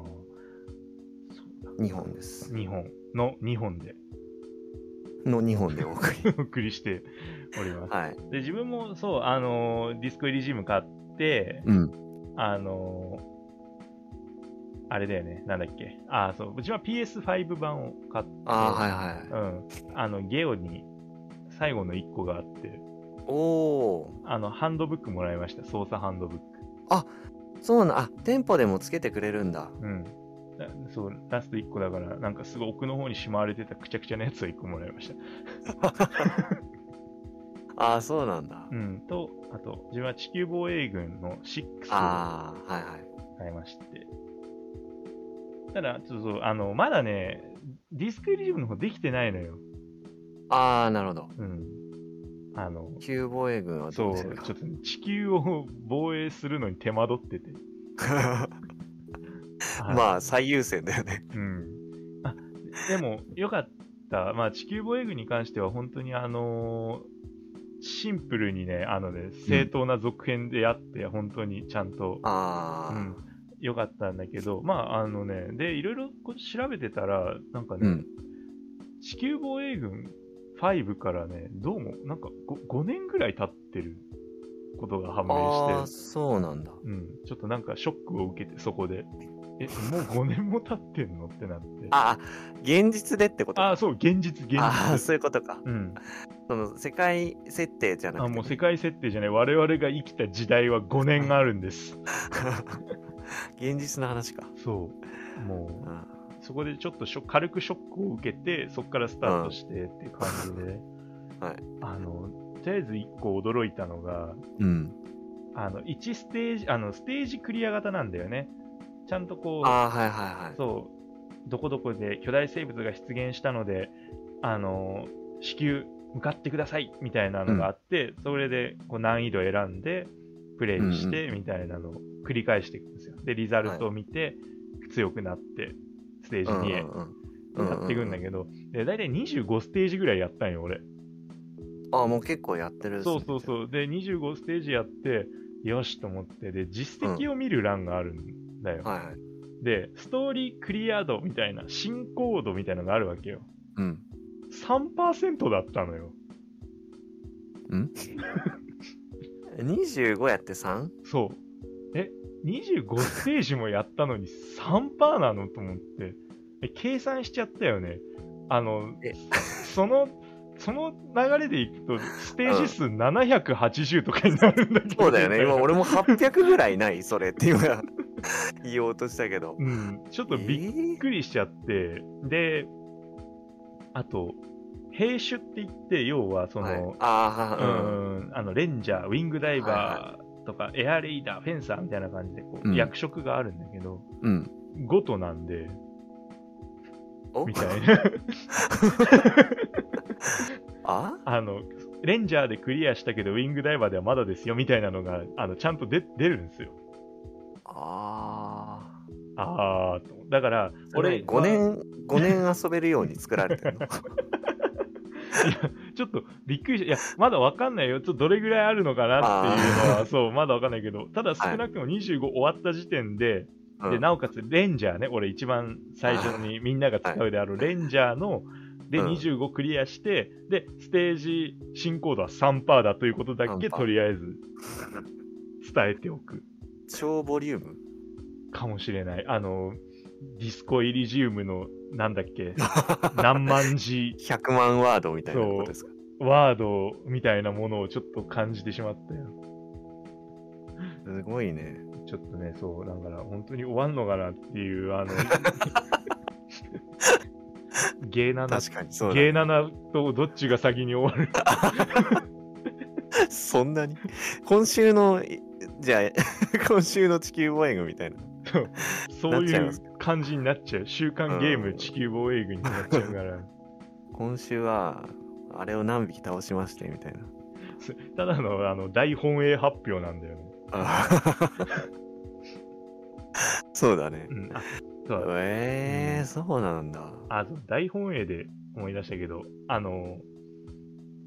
Speaker 2: そう
Speaker 3: 2本です
Speaker 2: だ。日本の2本で
Speaker 3: の2本でお送り
Speaker 2: お送りしております。
Speaker 3: はい
Speaker 2: で、自分もそう、あのーディスコエリジム買って、
Speaker 3: うん
Speaker 2: あのーあれだよね、なんだっけ。ああ、そう。うちは PS5 版を買って、
Speaker 3: ああはいはいはい
Speaker 2: うん。あの、ゲオに最後の1個があって、
Speaker 3: おお
Speaker 2: あの、ハンドブックもらいました。操作ハンドブック。
Speaker 3: ーそうなんだあ店舗でもつけてくれるんだ
Speaker 2: うん。なそう、ラスト1個だから、なんかすごい奥の方にしまわれてたくちゃくちゃなやつを1個もらいました。
Speaker 3: ああそうなんだ、
Speaker 2: うん。と、あと、自分は地球防衛軍の6を
Speaker 3: ああはいはい
Speaker 2: 買いまして。ただ、ちょっとそう、あの、まだね、ディスクエリジムの方できてないのよ。
Speaker 3: ああなるほど
Speaker 2: うん。あの、
Speaker 3: 旧防衛軍は
Speaker 2: そ
Speaker 3: ど
Speaker 2: う、
Speaker 3: う
Speaker 2: ち
Speaker 3: す
Speaker 2: ょ
Speaker 3: る
Speaker 2: っ
Speaker 3: か
Speaker 2: とね地球を防衛するのに手間取ってて。 あ
Speaker 3: まあ最優先だよね
Speaker 2: うん、あでも、よかった、まあ、地球防衛軍に関しては、本当に、あのーシンプルにね、あのね正当な続編であって、本当にちゃんと、
Speaker 3: あ
Speaker 2: う
Speaker 3: あ、
Speaker 2: ん、よかったんだけど、まあ、あのね、で、いろいろこう調べてたら、なんかね、
Speaker 3: うん
Speaker 2: 地球防衛軍5からね、どうも、なんか 5, 5年ぐらい経ってることが
Speaker 3: あ
Speaker 2: 判明
Speaker 3: あ
Speaker 2: して、
Speaker 3: そうなんだ
Speaker 2: うん、ちょっとなんかショックを受けて、そこで。え、もう5年も経ってんのってなって。
Speaker 3: ああ現実でってこと
Speaker 2: あ
Speaker 3: か
Speaker 2: あ、そう、現実、現
Speaker 3: ああ
Speaker 2: 実。
Speaker 3: そういうことか
Speaker 2: うん。
Speaker 3: その世界設定じゃな
Speaker 2: あ
Speaker 3: くて
Speaker 2: もう世界設定じゃない。我々が生きた時代は5年あるんです。
Speaker 3: 現実の話か
Speaker 2: そう。
Speaker 3: う
Speaker 2: も
Speaker 3: ん
Speaker 2: う、そこでちょっとショ軽くショックを受けて、そこからスタートしてっていう感じで。
Speaker 3: はい
Speaker 2: あの、とりあえず1個驚いたのが、
Speaker 3: うん
Speaker 2: あの、1ステージ、あの、ステージクリア型なんだよね。ちゃんとこう、
Speaker 3: ああはいはいはい
Speaker 2: そう、どこどこで巨大生物が出現したので、あの至急向かってくださいみたいなのがあって、それでこう難易度選んで、プレイしてみたいなのを繰り返していくんですよ。で、リザルトを見て、強くなって、ステージ
Speaker 3: うんうん
Speaker 2: 2へ
Speaker 3: うん
Speaker 2: やっていくんだけど、で大体25ステージぐらいやったんよ、俺。
Speaker 3: ああもう結構やってるっす
Speaker 2: そ
Speaker 3: ね
Speaker 2: うそうそう。で、25ステージやって、よしと思って、で、実績を見る欄があるんだよ。
Speaker 3: はいはい
Speaker 2: で、ストーリークリア度みたいな、進行度みたいなのがあるわけよ。
Speaker 3: うん
Speaker 2: 3%だったのよ。
Speaker 3: 25やって 3?
Speaker 2: そう。え、25ステージもやったのに3%なのと思って。え、計算しちゃったよね。あの
Speaker 3: え、
Speaker 2: その、その流れでいくと、ステージ数780とかになるんだけど。
Speaker 3: そうだよね今
Speaker 2: み
Speaker 3: 俺も800ぐらいないそれって今 言おうとしたけど
Speaker 2: たいな。うん。ちょっとびっびっくりしちゃって、で、あと、兵種って言って、要はそ
Speaker 3: えーはい
Speaker 2: の、
Speaker 3: あ
Speaker 2: う
Speaker 3: あうん
Speaker 2: ーんあのレンジャー、ウィングダイバーとか、エアレイダー、フェンサーみたいな感じでこう、
Speaker 3: うん
Speaker 2: 役職があるんだけど、
Speaker 3: うん
Speaker 2: ごとなんで、
Speaker 3: お
Speaker 2: みたいな
Speaker 3: あ
Speaker 2: あの、レンジャーでクリアしたけど、ウィングダイバーではまだですよみたいなのが、あのちゃんと出出るんですよ。
Speaker 3: ああ
Speaker 2: あーと。だから、俺、
Speaker 3: 5年5年遊べるように作られてる の
Speaker 2: ちょっとびっくりした。いや、まだわかんないよ。ちょっとどれぐらいあるのかなっていうのは、そう、まだわかんないけど、ただ少なくとも25終わった時点で、
Speaker 3: うん
Speaker 2: で、なおかつレンジャーね、俺一番最初にみんなが使うであろうレンジャーの、で、
Speaker 3: うん
Speaker 2: 25クリアして、で、ステージ進行度は3%だということだけ、
Speaker 3: 3%
Speaker 2: とりあえず伝えておく
Speaker 3: 超ボリューム
Speaker 2: かもしれない。あの、ディスコイリジウムの、なんだっ け、何万字
Speaker 3: 100万ワードみたいなことですか
Speaker 2: ワードみたいなものをちょっと感じてしまったよ。
Speaker 3: すごいね
Speaker 2: ちょっとね、そう、だから本当に終わんのかなってい う、あの、ゲーナナ、
Speaker 3: 確かにそうだ
Speaker 2: ゲーナナとどっちが先 に終わる
Speaker 3: そんなに今週のいじゃあ 今週の地球防衛軍みたいな
Speaker 2: そうい
Speaker 3: なっちゃいうます
Speaker 2: 感じになっちゃう。週刊ゲーム
Speaker 3: うん
Speaker 2: 地球防衛軍になっちゃうから。
Speaker 3: 今週はあれを何匹倒しましてみたいな
Speaker 2: ただのあの大本営発表なんだよね。
Speaker 3: あー そうだね
Speaker 2: う。ん、あそうだ
Speaker 3: え
Speaker 2: うん
Speaker 3: ー、そうなんだ。
Speaker 2: あそう大本営で思い出したけど、あの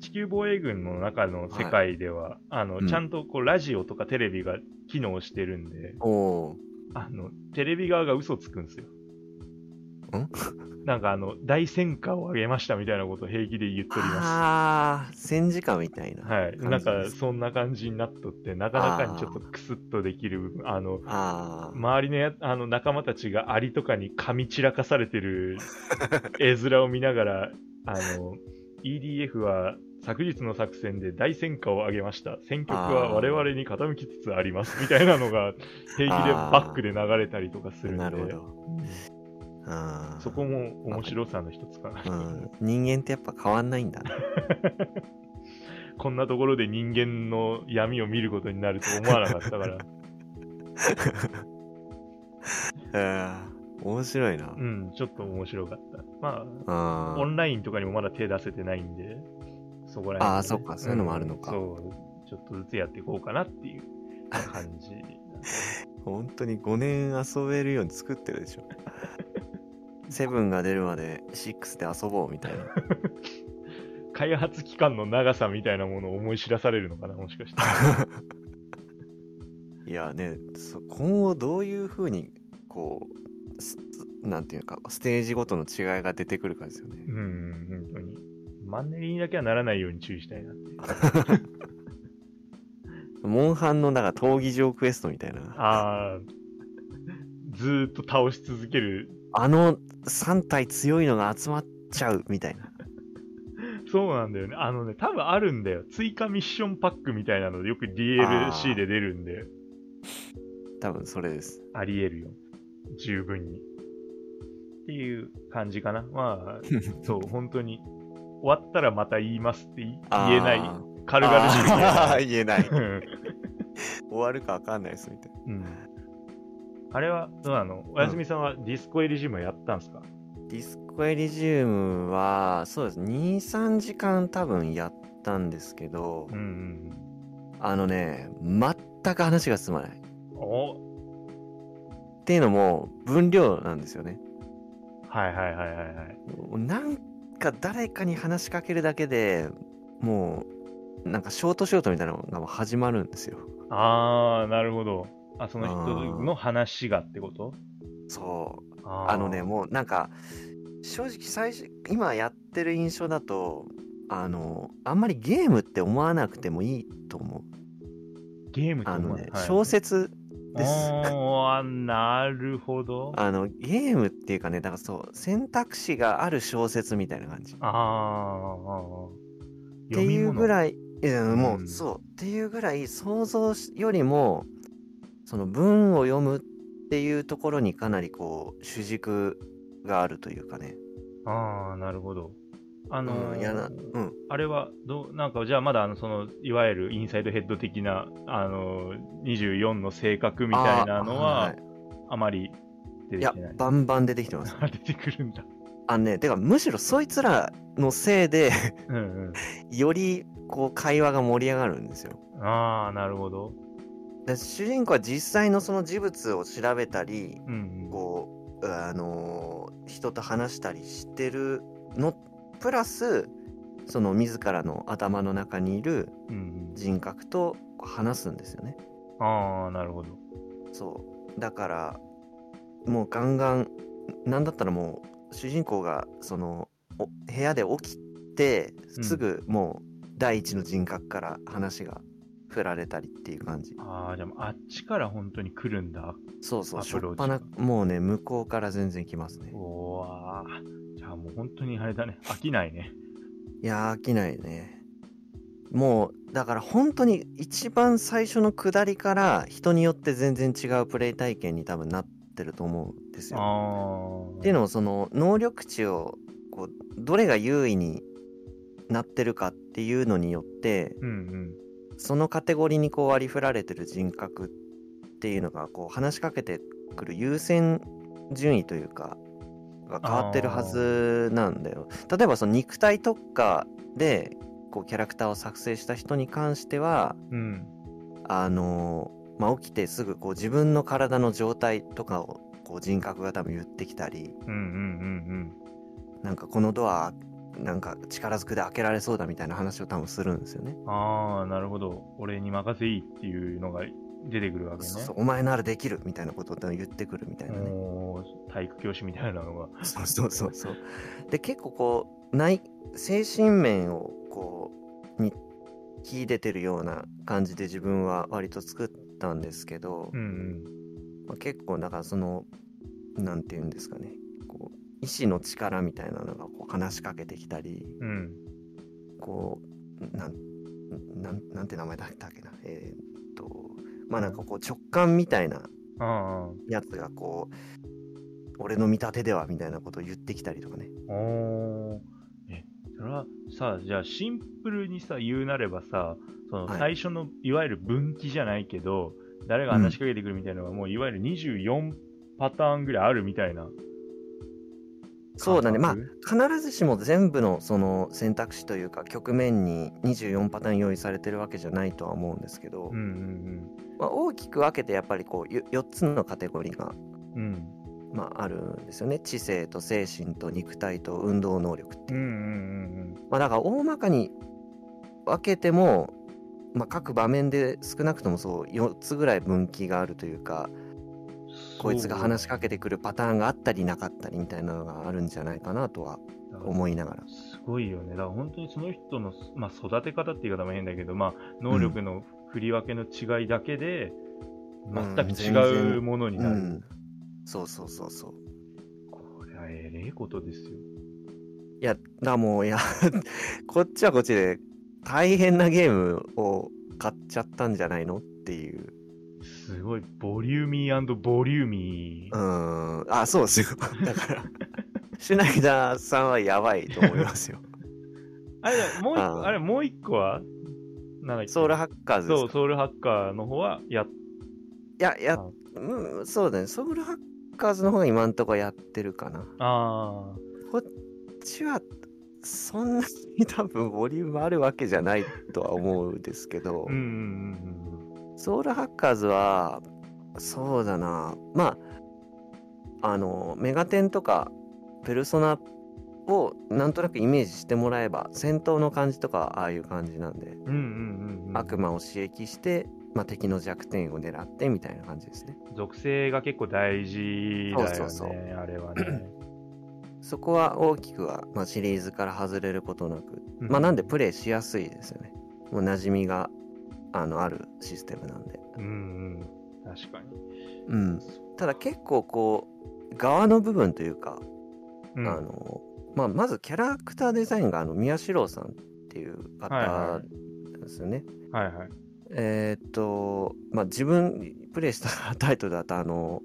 Speaker 2: 地球防衛軍の中の世界では、あの
Speaker 3: うん
Speaker 2: ちゃんとこうラジオとかテレビが機能してるんで、
Speaker 3: おお
Speaker 2: あのテレビ側が嘘つくんですよ。
Speaker 3: ん
Speaker 2: なんかあの大戦果を上げましたみたいなことを平気で言っております。
Speaker 3: ああ、戦時下みたいな。
Speaker 2: はい、
Speaker 3: 感
Speaker 2: なん
Speaker 3: じです
Speaker 2: かそんな感じになっとって、なかなかにちょっとクスッとできる部分、あの
Speaker 3: ああ、
Speaker 2: 周りのやあの仲間たちがアリとかに噛み散らかされ てる絵面を見ながら、あの EDF は昨日の作戦で大戦果を上げました、戦局は我々に傾きつつありますみたいなのが平気でバックで流れたりとかするんで。
Speaker 3: なるほど。あー
Speaker 2: そこも面白さの一つかな。
Speaker 3: うん、人間ってやっぱ変わんないんだね。
Speaker 2: こんなところで人間の闇を見ることになると思わなかったから。
Speaker 3: うん面白いな。
Speaker 2: うん、ちょっと面白かった。まあ、
Speaker 3: あ
Speaker 2: オンラインとかにもまだ手出せてないんで、そこら辺、
Speaker 3: あーそっかそういうのもあるのか
Speaker 2: うんそう、ちょっとずつやっていこうかなっていう感 じ。
Speaker 3: 本当に5年遊べるように作ってるで しょ。セブンが出るまで6で遊ぼうみたいな。
Speaker 2: 開発期間の長さみたいなものを思い知らされるのかな、もしかして。
Speaker 3: いやね、そ今後どういうふうに、こう、すなんていうか、ステージごとの違いが出てくるかですよね
Speaker 2: う。ん、本当に。マンネリにだけはならないように注意したいなっていう。
Speaker 3: モンハンの、だから、闘技場クエストみたいな。
Speaker 2: ああ、 ずーっと倒し続ける
Speaker 3: あの3体強いのが集まっちゃうみたいな。
Speaker 2: そうなんだよね。あのね、多分あるんだよ。追加ミッションパックみたいなので、よく
Speaker 3: あ
Speaker 2: DLC
Speaker 3: ー
Speaker 2: で出るんで、
Speaker 3: 多分それです。
Speaker 2: あり得るよ。十分に。っていう感じかな。 まあ、そう、本当に。終わったらまた言いますって言言えない。
Speaker 3: あー
Speaker 2: 軽々しく言え
Speaker 3: あ
Speaker 2: な
Speaker 3: ー
Speaker 2: い。
Speaker 3: 言えない。
Speaker 2: うん
Speaker 3: 終わるかわかんないですみたいな。
Speaker 2: うんあれは、どうなのおやすみさんはディスコエリジムやったんすか、
Speaker 3: ディスコエリジウムは、そうです。2、3時間多分やったんですけど、
Speaker 2: うん、うん
Speaker 3: あのね、全く話が進まない。っ
Speaker 2: うん。お
Speaker 3: ていうのも、分量なんですよね。
Speaker 2: はいはいはいはいはい。
Speaker 3: なんか誰かに話しかけるだけでもう、なんかショートショートみたいなのがもう始まるんですよ。
Speaker 2: あー、なるほど。あ、その
Speaker 3: あ
Speaker 2: 人
Speaker 3: ー
Speaker 2: の話がってこと
Speaker 3: そう。
Speaker 2: あー
Speaker 3: あのねもうなんか正直最初今やってる印象だとあのあんまりゲームって思わなくてもいいと思う
Speaker 2: ゲームって
Speaker 3: あ
Speaker 2: 思
Speaker 3: の
Speaker 2: わ
Speaker 3: ね、
Speaker 2: ない
Speaker 3: 小説です
Speaker 2: あーなるほど。
Speaker 3: あのゲームっていうかねだからそう選択肢がある小説みたいな感じっ
Speaker 2: ああ。
Speaker 3: ていうぐ
Speaker 2: い。
Speaker 3: らいいやもう、
Speaker 2: うん
Speaker 3: そうっていうぐらい想像しよりもその文を読むっていうところにかなりこう主軸があるというかね、
Speaker 2: ああ、なるほど。あのー
Speaker 3: うんやなうん
Speaker 2: あれはどう、なんか、じゃあまだ、あの、その、いわゆるインサイドヘッド的な、あのー、24の性格みたいなの
Speaker 3: あー
Speaker 2: は
Speaker 3: はい、
Speaker 2: あまり出
Speaker 3: い
Speaker 2: て
Speaker 3: や
Speaker 2: きてない。
Speaker 3: バンバン出てきてます
Speaker 2: 出てくるんだ。
Speaker 3: あのね、てかむしろそいつらのせいで
Speaker 2: うんうん。
Speaker 3: よりこう会話が盛り上がるんですよ。
Speaker 2: ああ、なるほど。
Speaker 3: で主人公は実際のその事物を調べたり
Speaker 2: うんうん。
Speaker 3: こう、あのー人と話したりしてるのプラスその自らの頭の中にいる
Speaker 2: うん
Speaker 3: 人格と話すんですよね。
Speaker 2: うん、ああ、なるほど。
Speaker 3: そうだからもうガンガンなんだったらもう主人公がそのお部屋で起きて
Speaker 2: うん
Speaker 3: すぐもう第一の人格から話が振られたりっていう感じ、
Speaker 2: ああ、じゃあ、あっちから本当に来るんだ。
Speaker 3: そうそう
Speaker 2: ア
Speaker 3: 初
Speaker 2: プ
Speaker 3: っ
Speaker 2: ローチ
Speaker 3: 端もうね向こうから全然来ますね
Speaker 2: おわじゃあもう本当にあれだね飽きないね
Speaker 3: いやー飽きないねもうだから本当に一番最初の下りから人によって全然違うプレイ体験に多分なってると思うんですよ
Speaker 2: ああ
Speaker 3: っていうのもその能力値をこうどれが優位になってるかっていうのによって
Speaker 2: うんうん
Speaker 3: そのカテゴリーにこう割り振られてる人格っていうのがこう話しかけてくる優先順位というかが変わってるはずなんだよ。例えばその肉体特化でこうキャラクターを作成した人に関しては
Speaker 2: うん。
Speaker 3: あのーまあ、起きてすぐこう自分の体の状態とかをこう人格が多分言ってきたり
Speaker 2: うんうんうん
Speaker 3: なんかこのドアなんか力ずくで開けられそうだみたいな話を多分するんですよね。
Speaker 2: うん。ああ、なるほど。俺に任せいいっていうのが出てくるわけね。
Speaker 3: そうそうお前ならできるみたいなことを多分言ってくるみたいなね。
Speaker 2: おー体育教師みたいなのが。
Speaker 3: そうそうそうそう。で結構こう内精神面をこうに秀でてるような感じで自分は割と作ったんですけど、
Speaker 2: うん
Speaker 3: まあ、結構だからそのなんて言うんですかねこう意志の力みたいなのがこう話しかけてきたり
Speaker 2: うん。うん。
Speaker 3: こうなんなんなんて名前だったっけなえーっとまあなんかこう直感みたいな
Speaker 2: あ
Speaker 3: やつがこう俺の見立てではみたいなことを言ってきたりとかね
Speaker 2: あ。おー。え、それはさ、じゃあシンプルにさ、言うなればさ、その
Speaker 3: はい
Speaker 2: 最初の、い、わゆる分岐じゃないけど、誰が話しかけてくるみたいなのが、もういわゆる24パターンぐらいあるみたいな。
Speaker 3: そうだねまあ
Speaker 2: 感
Speaker 3: 必ずしも全部のその選択肢というか局面に24パターン用意されてるわけじゃないとは思うんですけど、
Speaker 2: 覚うん
Speaker 3: まあ、大きく分けてやっぱりこう4つのカテゴリーが
Speaker 2: うんうん。うん。
Speaker 3: まあ、あるんですよね知性と精神と肉体と運動能力って
Speaker 2: うん
Speaker 3: いうう、
Speaker 2: ん
Speaker 3: まあ、だから大まかに分けても、まあ、各場面で少なくともそう4つぐらい分岐があるというか
Speaker 2: うんうん。
Speaker 3: こいつが話しか
Speaker 2: け
Speaker 3: けてくるパターンがあったりなかったりみたいなのがあるんじゃないかなとは思いながら
Speaker 2: すごいよね。だから本当にその人の、まあ、育て方っていう言い方も変だけど、まあ、能力の振り分けの違いだけで、
Speaker 3: うん
Speaker 2: 全く
Speaker 3: 全
Speaker 2: 違う
Speaker 3: 然
Speaker 2: ものに
Speaker 3: う
Speaker 2: なる。
Speaker 3: んそうそうそうそう
Speaker 2: これはえれえことですよ。
Speaker 3: いやだからもういや こっちはこっちで大変なゲームを買っちゃったんじゃないのっていう
Speaker 2: すごい、ボリューミーボリューミ
Speaker 3: うー
Speaker 2: ー。
Speaker 3: ん、あ、そう ですよ。だから、品田さんはやばいと思います よ。
Speaker 2: あれだ、もう一
Speaker 3: あ
Speaker 2: 個、
Speaker 3: ー
Speaker 2: あれ、もう一個はなんだっけ
Speaker 3: ソウルハッカーズです
Speaker 2: そ
Speaker 3: か
Speaker 2: う、ソウルハッカーの方は、やっ、
Speaker 3: いや、や
Speaker 2: あ、
Speaker 3: うん、そうだね。ソウルハッカーズの方が今んとこやってるかな。こ
Speaker 2: あ
Speaker 3: っちは、そんなに多分ボリュームあるわけじゃないとは思うんですけど
Speaker 2: ー、うん、うん、
Speaker 3: ソウルハッカーズは、そうだな。まあ、あの、メガテンとか、ペルソナをなんとなくイメージしてもらえば、戦闘の感じとかはああいう感じなんで、
Speaker 2: うん、うん、うん、うん。
Speaker 3: 悪魔を刺激して、まあ、敵の弱点を狙ってみたいな感じですね
Speaker 2: 属性が結構大事だよね、
Speaker 3: そうそうそう
Speaker 2: あれはね。
Speaker 3: そこは大きくは、まあ、シリーズから外れることなく、まあ、なんでプレイしやすいですよねもう馴染みがあのあるシステムなんで、
Speaker 2: うん、うん、確かに。
Speaker 3: うん、ただ結構こう側の部分というか、
Speaker 2: うん、
Speaker 3: あのまあ、まずキャラクターデザインがあの宮代さんっていう
Speaker 2: はいは
Speaker 3: 方ですよね、
Speaker 2: はいはい。
Speaker 3: えーっと、まあ、自分、プレイしたタイトルだと、あの、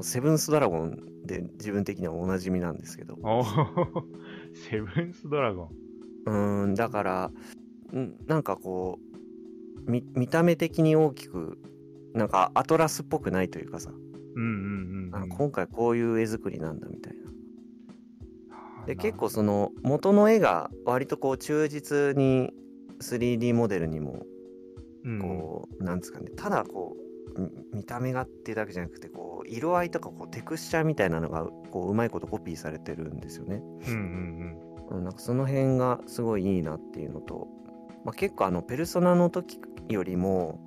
Speaker 3: セブンスドラゴンで自分的にはおなじみなんですけど、
Speaker 2: おー セブンスドラゴン。
Speaker 3: うーん、だから、んなんかこう、み見た目的に大きく、なんかアトラスっぽくないというかさ、
Speaker 2: うんうんうん
Speaker 3: あ
Speaker 2: うん。
Speaker 3: 今回こういう絵作りなんだみたい
Speaker 2: あー
Speaker 3: な。で、
Speaker 2: な
Speaker 3: 結構その、元の絵が割とこう、忠実に 3D モデルにも
Speaker 2: うん
Speaker 3: こう、なんですかねただこうみ見た目がっていうだけじゃなくてこう色合いとかこうテクスチャーみたいなのがこううまいことコピーされてるんですよね。
Speaker 2: うんうん
Speaker 3: うんなんかその辺がすごいいいなっていうのと、まあ、結構あのペルソナの時よりも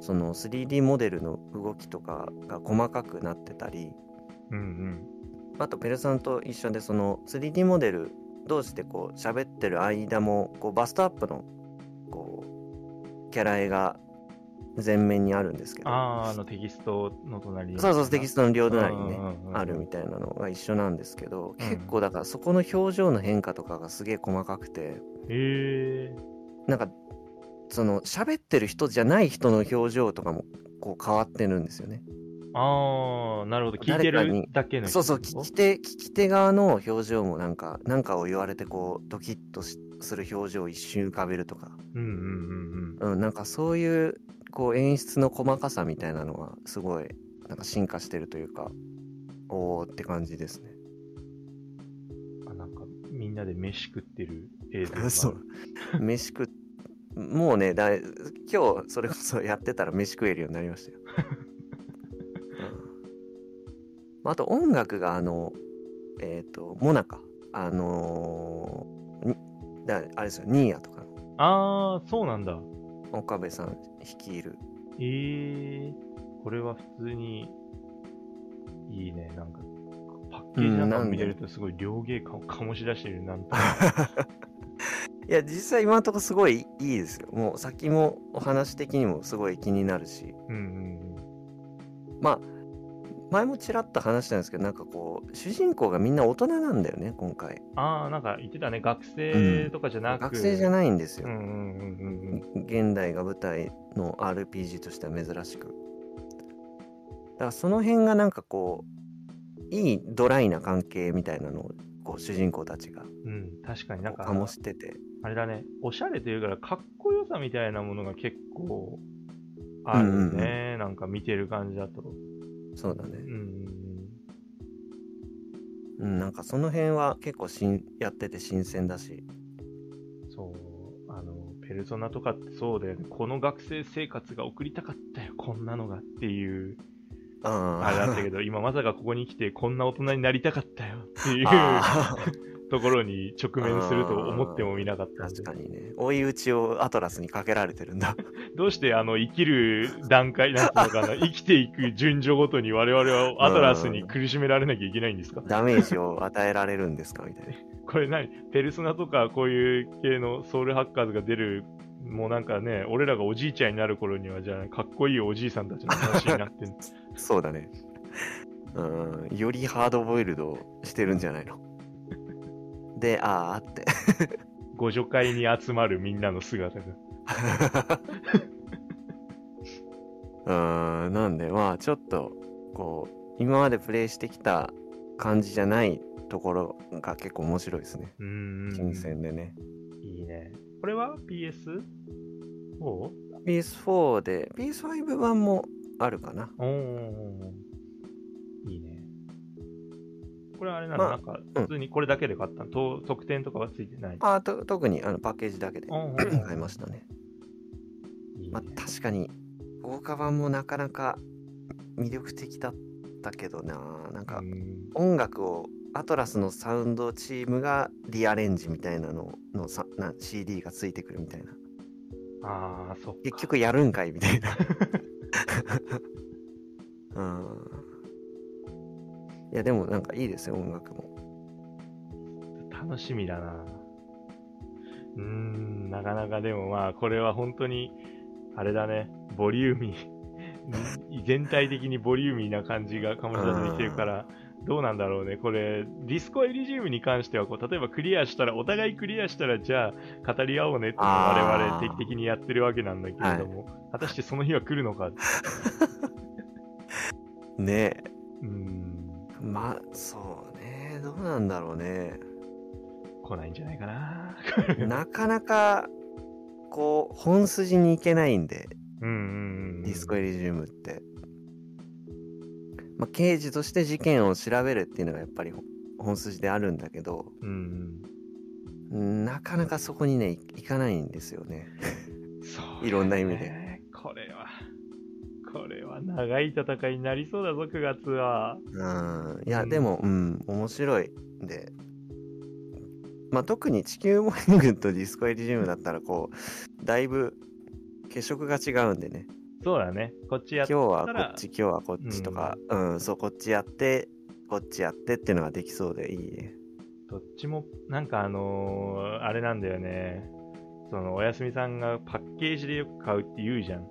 Speaker 3: その 3D モデルの動きとかが細かくなってたり
Speaker 2: うん。うん
Speaker 3: あとペルソナと一緒でその 3D モデル同士でこう喋ってる間もこうバストアップのこうキャラ絵が前面にあるんですけ
Speaker 2: うん。
Speaker 3: ど
Speaker 2: あー、あのテキストの隣に。
Speaker 3: そうそうテキストの両隣にね
Speaker 2: うんうんうん
Speaker 3: あるみたいなのが一緒なんですけど、
Speaker 2: うん
Speaker 3: 結構だからそこの表情の変化とかがすげえ細かくて
Speaker 2: へえ。
Speaker 3: なんかその喋ってる人じゃない人の表情とかもこう変わってるんですよね。
Speaker 2: あー、なるほど。聞いて
Speaker 3: 誰か
Speaker 2: る
Speaker 3: に
Speaker 2: だけの人。
Speaker 3: そうそう聞き手聞き手側の表情もなんかなんかを言われてこうドキッとしする表情を一瞬浮かべるとか、
Speaker 2: うんうんうん
Speaker 3: うん、なんかそういうこう演出の細かさみたいなのがすごいなんか進化してるというかおーって感じですね。
Speaker 2: うん。あなんかみんなで飯食ってる映像 が
Speaker 3: そう。飯食っもうねだい今日それこそやってたら飯食えるようになりましたよ、うんあと音楽があのえっ、とモナカあのーにだあれですよニーヤとか
Speaker 2: ああそうなんだ
Speaker 3: の岡部さん率いる
Speaker 2: えー、これは普通にいいねなんかパッケージなんか
Speaker 3: うんなんで
Speaker 2: 見れるとすごい両芸感を醸し出してるなんと
Speaker 3: いや実際今のところすごいいいですよもう先もお話的にもすごい気になるし
Speaker 2: うんうんうん
Speaker 3: まあ前もちらっと話したんですけどなんかこう主人公がみんな大人なんだよね今回
Speaker 2: ああなんか言ってたね学生とかじゃなく、
Speaker 3: 学生じゃ
Speaker 2: い
Speaker 3: ないんですよ、
Speaker 2: うんうんうんうんうん
Speaker 3: 現代が舞台の RPG としては珍しくだからその辺がなんかこういいドライな関係みたいなのをこう主人公たちがこ
Speaker 2: うん、確かに
Speaker 3: う
Speaker 2: なんか
Speaker 3: 醸してて
Speaker 2: あれだねおしゃれというからかっこよさみたいなものが結構あるね、
Speaker 3: うんう
Speaker 2: なんか見てる感じだと
Speaker 3: そうだ
Speaker 2: うん
Speaker 3: ね、う
Speaker 2: うん
Speaker 3: ん、なんかその辺は結構しんやってて新鮮だし
Speaker 2: うんそうあのペルソナとかってそうだよねこの学生生活が送りたかったよこんなのがっていう
Speaker 3: あ
Speaker 2: あれだったけど今まさかここに来てこんな大人になりたかったよっていう
Speaker 3: あ
Speaker 2: ところに直面すると思ってもみなかったんで
Speaker 3: 確かにね追い打ちをアトラスにかけられてるんだ
Speaker 2: どうしてあの生きる段階なんていうのかな生きていく順序ごとに我々はアトラスに苦しめられなきゃいけないんですか
Speaker 3: ダメージを与えられるんですかみたいな
Speaker 2: これ何ペルソナとかこういう系のソウルハッカーズが出るもうなんかね俺らがおじいちゃんになる頃にはじゃあかっこいいおじいさんたちの話になってる
Speaker 3: そうだね。うん、よりハードボイルドしてるんじゃないの。で、あーって。
Speaker 2: ご助会に集まるみんなの姿が
Speaker 3: うん、なんで、まあ、ちょっと、こう、今までプレイしてきた感じじゃないところが結構面白いですね。
Speaker 2: うーん
Speaker 3: 新鮮でね。
Speaker 2: いいねこれは PS? おう
Speaker 3: PS4 で、PS5 版もあるかな。
Speaker 2: おーいいねこれはあれなの、
Speaker 3: まあ
Speaker 2: なんか普通にこれだけで買ったの、と特典とかはついてない
Speaker 3: あーと特にあのパッケージだけで
Speaker 2: うんうんうん
Speaker 3: 買いましたね。
Speaker 2: いいね
Speaker 3: まあ、確かに豪華版もなかなか魅力的だったけどななんか
Speaker 2: うーん
Speaker 3: 音楽をアトラスのサウンドチームがリアレンジみたいなののさな CD がついてくるみたいな
Speaker 2: ああそっか
Speaker 3: 結局やるんかいみたいなうんいやでもなんかいいですよ音楽も
Speaker 2: 楽しみだなうーんなかなかでもまあこれは本当にあれだねボリューミー 全体的にボリューミーな感じが醸し出されてきてるからどうなんだろうねこれディスコエリジウムに関してはこう例えばクリアしたらお互いクリアしたらじゃあ語り合おうねっていうのを
Speaker 3: あー
Speaker 2: 我々定期的にやってるわけなんだけれども、果たしてその日は来るのかう
Speaker 3: ねえ
Speaker 2: ーん
Speaker 3: まあそうねどうなんだろうね
Speaker 2: 来ないんじゃないかな
Speaker 3: なかなかこう本筋に行けないんで
Speaker 2: うんうんうん
Speaker 3: ディスコエリジウムって、まあ、刑事として事件を調べるっていうのがやっぱりほ本筋であるんだけど
Speaker 2: うんうん
Speaker 3: なかなかそこにねいいかないんですよね
Speaker 2: そう
Speaker 3: いろんな意味
Speaker 2: で。これは、これは長い戦いになりそうだぞ、9月は。
Speaker 3: うんいや、
Speaker 2: うん
Speaker 3: でもうん面白いんで、まあ、特に地球モーニングとディスコエリジウムだったらこうだいぶ血色が違うんでね
Speaker 2: そうだね、こっちや
Speaker 3: 今日は
Speaker 2: った
Speaker 3: こ
Speaker 2: ら
Speaker 3: っち今日はこっちとか、うんそうこっちやってこっちやってっていうのができそうでいいね
Speaker 2: どっちも、なんかあのーあれなんだよね。そのおやすみさんがパッケージでよく買うって言うじゃん。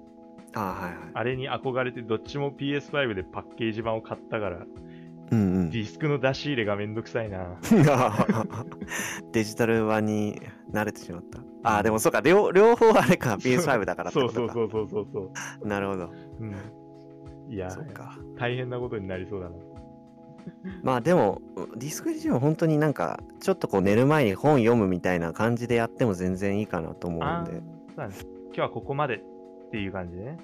Speaker 3: あーはいはい
Speaker 2: あれに憧れてどっちも PS5 でパッケージ版を買ったから、
Speaker 3: うんうん
Speaker 2: ディスクの出し入れがめんどくさ いな。
Speaker 3: デジタル版に慣れてしまった。ああ、でもそうか、両両方あれか、PS5 だからってこ
Speaker 2: そう そ
Speaker 3: と
Speaker 2: う
Speaker 3: か。
Speaker 2: そうそうそうそう。
Speaker 3: なるほど。
Speaker 2: うん、いや
Speaker 3: そう、か。
Speaker 2: 大変なことになりそうだな。
Speaker 3: まあでも、ディスクリジオン本当になんか、ちょっとこう寝る前に本読むみたいな感じでやっても全然いいかなと思うん
Speaker 2: あー
Speaker 3: で。
Speaker 2: そうだね今日はここまでっていう感じでね。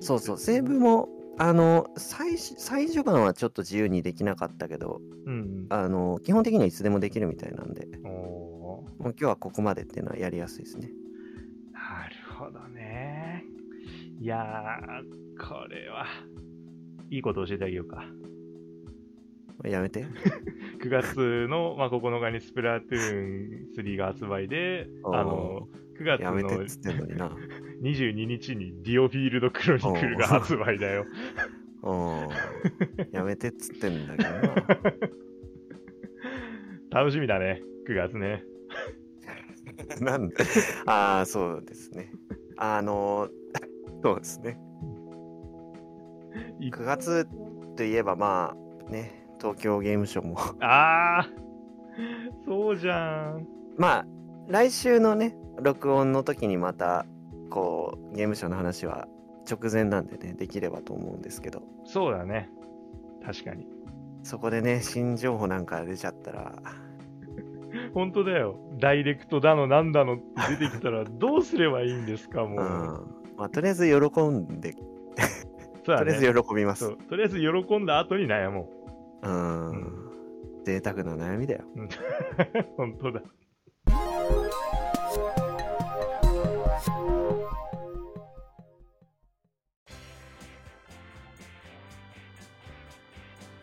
Speaker 3: そうそう、セーブもあの最し最序盤はちょっと自由にできなかったけど
Speaker 2: うん
Speaker 3: あの基本的にはいつでもできるみたいなんで
Speaker 2: うん。おー
Speaker 3: もう今日はここまでっていうのはやりやすいですね
Speaker 2: なるほどね。いやー、これは、いいこと教えてあげようか。
Speaker 3: や めて
Speaker 2: 9月の、まあ、9日にスプラトゥーン3が発売で、
Speaker 3: おー
Speaker 2: あの、9月
Speaker 3: やめてっ
Speaker 2: の
Speaker 3: つってんのにな
Speaker 2: 22日にディオフィールドクロニクルが発売だよ。
Speaker 3: うんやめてっつってんだけど な
Speaker 2: 楽しみだね、9月ね。
Speaker 3: なんで ああそうですねあの そうですね
Speaker 2: い
Speaker 3: 9月といえばまあね東京ゲームショウも
Speaker 2: あー、そうじゃん。
Speaker 3: まあ来週のね録音の時にまたこうゲームショウの話は直前なんでねできればと思うんですけど
Speaker 2: そうだね。確かに。
Speaker 3: そこでね新情報なんか出ちゃったら
Speaker 2: 本当だよ。ダイレクトだの、なんだの出てきたら、どうすればいいんですか、
Speaker 3: う
Speaker 2: も
Speaker 3: ん、
Speaker 2: う。
Speaker 3: まあ、とりあえず喜んで、
Speaker 2: そう
Speaker 3: と
Speaker 2: だね
Speaker 3: りあえず喜びます
Speaker 2: そうとりあえず喜んだ後に悩も
Speaker 3: うん、
Speaker 2: う
Speaker 3: 贅沢な悩みだよ
Speaker 2: う。うん 本当だ。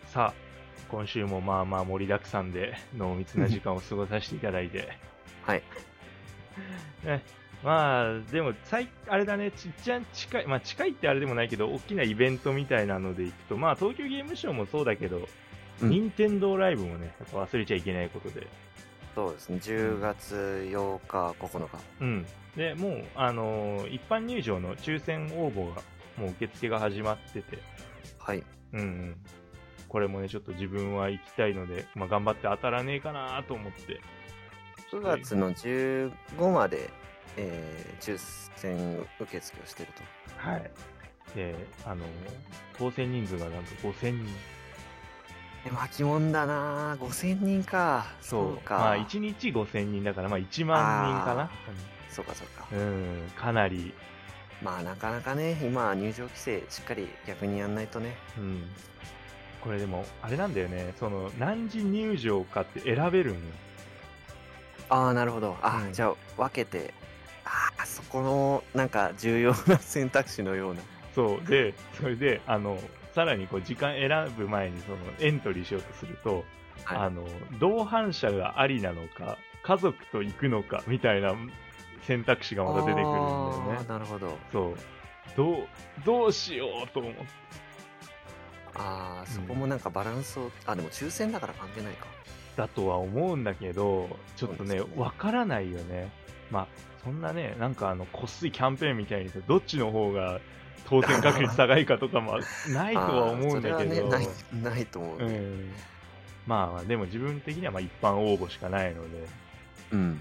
Speaker 2: さあ、今週もまあまあ盛りだくさんで濃密な時間を過ごさせていただいて。
Speaker 3: はい。
Speaker 2: ね、まあ、でも、最あれだね、ちっちゃん近い、まあ近いってあれでもないけど、大きなイベントみたいなのでいくと、まあ東京ゲームショウもそうだけど、
Speaker 3: うん
Speaker 2: 任天堂ライブもね、やっぱ忘れちゃいけないことで。
Speaker 3: そうですね10月8日9日
Speaker 2: うん。で、もう、あのー一般入場の抽選応募が、もう受付が始まってて、
Speaker 3: はい
Speaker 2: うん、うん。これもね、ちょっと自分は行きたいので、まあ頑張って当たらねえかなと思って。
Speaker 3: 9月の15まで、えー抽選受付をしてると
Speaker 2: はい。で、あのー当選人数がなんと5000人。
Speaker 3: え巻きもんだなぁ5000人かそうか、
Speaker 2: まあ1日5000人だから、まあ1万人かな
Speaker 3: あ。そうかそうか、
Speaker 2: うん、かなり、
Speaker 3: まあなかなかね今入場規制しっかり逆にやんないとね
Speaker 2: うん。これでも、あれなんだよね、その、何時入場かって選べるんよ。
Speaker 3: ああなるほどあ、
Speaker 2: うん
Speaker 3: じゃあ分けてああそこのなんか重要な選択肢のような
Speaker 2: そうでそれであのさらにこう時間選ぶ前にそのエントリーしようとすると、
Speaker 3: はい
Speaker 2: あの同伴者がありなのか家族と行くのかみたいな選択肢がまた出てくるんだよ
Speaker 3: あ
Speaker 2: ね
Speaker 3: ーなるほど
Speaker 2: そうどうどうしようと思って
Speaker 3: ああそこもなんかバランスを、あでも抽選だから関係ないか
Speaker 2: だとは思うんだけどちょっと
Speaker 3: そう
Speaker 2: ねわ
Speaker 3: ですね
Speaker 2: からないよねまあそんなねなんかあのこっそりキャンペーンみたいにさどっちの方が当選確率高いかとかもないとは思うんだけ
Speaker 3: あーそれ
Speaker 2: ど
Speaker 3: はねないないと思う
Speaker 2: う
Speaker 3: ね
Speaker 2: んまあまあでも自分的にはまあ一般応募しかないので、
Speaker 3: うん
Speaker 2: うん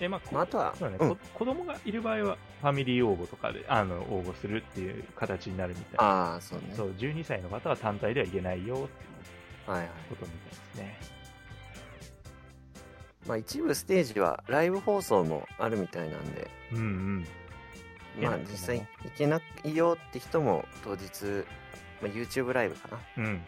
Speaker 2: でまあこ
Speaker 3: まああとは
Speaker 2: そうだね
Speaker 3: うん
Speaker 2: こ子供がいる場合はファミリー応募とかであの応募するっていう形になるみたいな
Speaker 3: ああそうね
Speaker 2: そう12歳の方は単体ではいけないよっていう
Speaker 3: はいはい
Speaker 2: ことみたいですね
Speaker 3: まあ一部ステージはライブ放送もあるみたいなんで
Speaker 2: うんうん
Speaker 3: まあ
Speaker 2: いや
Speaker 3: 実際行けないよって人も当日、まあ、YouTube ライブかな、
Speaker 2: うん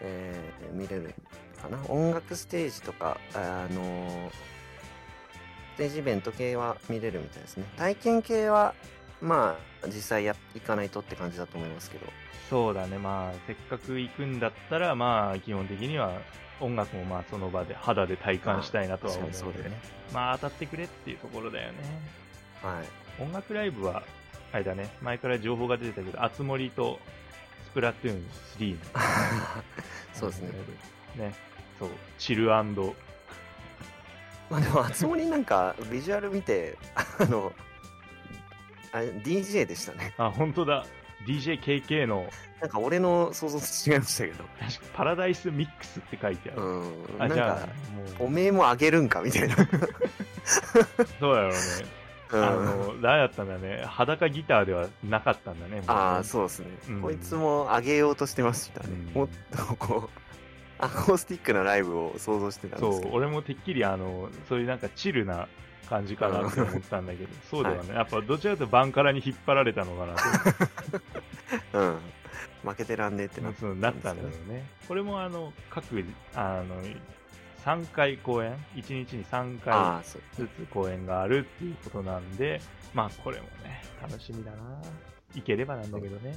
Speaker 3: えー見れるかな音楽ステージとかあのーステージイベント系は見れるみたいですね体験系はまあ実際や行かないとって感じだと思いますけど
Speaker 2: そうだねまあせっかく行くんだったらまあ基本的には音楽もまあその場で肌で体感したいなとは
Speaker 3: 確か
Speaker 2: 思う
Speaker 3: にそ
Speaker 2: の
Speaker 3: うだ
Speaker 2: で
Speaker 3: よね
Speaker 2: まあ当たってくれっていうところだよね
Speaker 3: はい
Speaker 2: 音楽ライブは、あれだね、前から情報が出てたけど、あつ森とスプラトゥーン3の
Speaker 3: そうですね。
Speaker 2: ね、そう、チルアンド、
Speaker 3: まあでも熱森なんかビジュアル見てあのあれ DJ でしたね
Speaker 2: あ、本当だ、DJKK の、
Speaker 3: なんか俺の想像と違いましたけど
Speaker 2: 確かパラダイスミックスって書いてある。
Speaker 3: うんな
Speaker 2: あ、
Speaker 3: ん
Speaker 2: じゃ
Speaker 3: か
Speaker 2: あ、
Speaker 3: お
Speaker 2: もう、
Speaker 3: めえもあげるんかみたいな、
Speaker 2: そうだろうね。
Speaker 3: う
Speaker 2: あ
Speaker 3: ん、
Speaker 2: の、だやったんだね。裸ギターではなかったんだね。もう
Speaker 3: ああそうですね、
Speaker 2: うん
Speaker 3: こいつもあげようとしてましたね、
Speaker 2: うん
Speaker 3: もっとこうアコースティックなライブを想像してたんで
Speaker 2: そう
Speaker 3: すけど
Speaker 2: 俺もてっきりあのそういうなんかチルな感じかなって思ったんだけど、そうではね、やっぱどちらかというとバンカラに引っ張られたのかなと
Speaker 3: うん。負けてらんねえってなっ
Speaker 2: そうなったんだよね。これもあの各あの3回公演、1日に3
Speaker 3: あ
Speaker 2: 回
Speaker 3: あ、そう。
Speaker 2: ずつ公演があるっていうことなんで、まあこれもね、楽しみだな。行ければなんだけどね。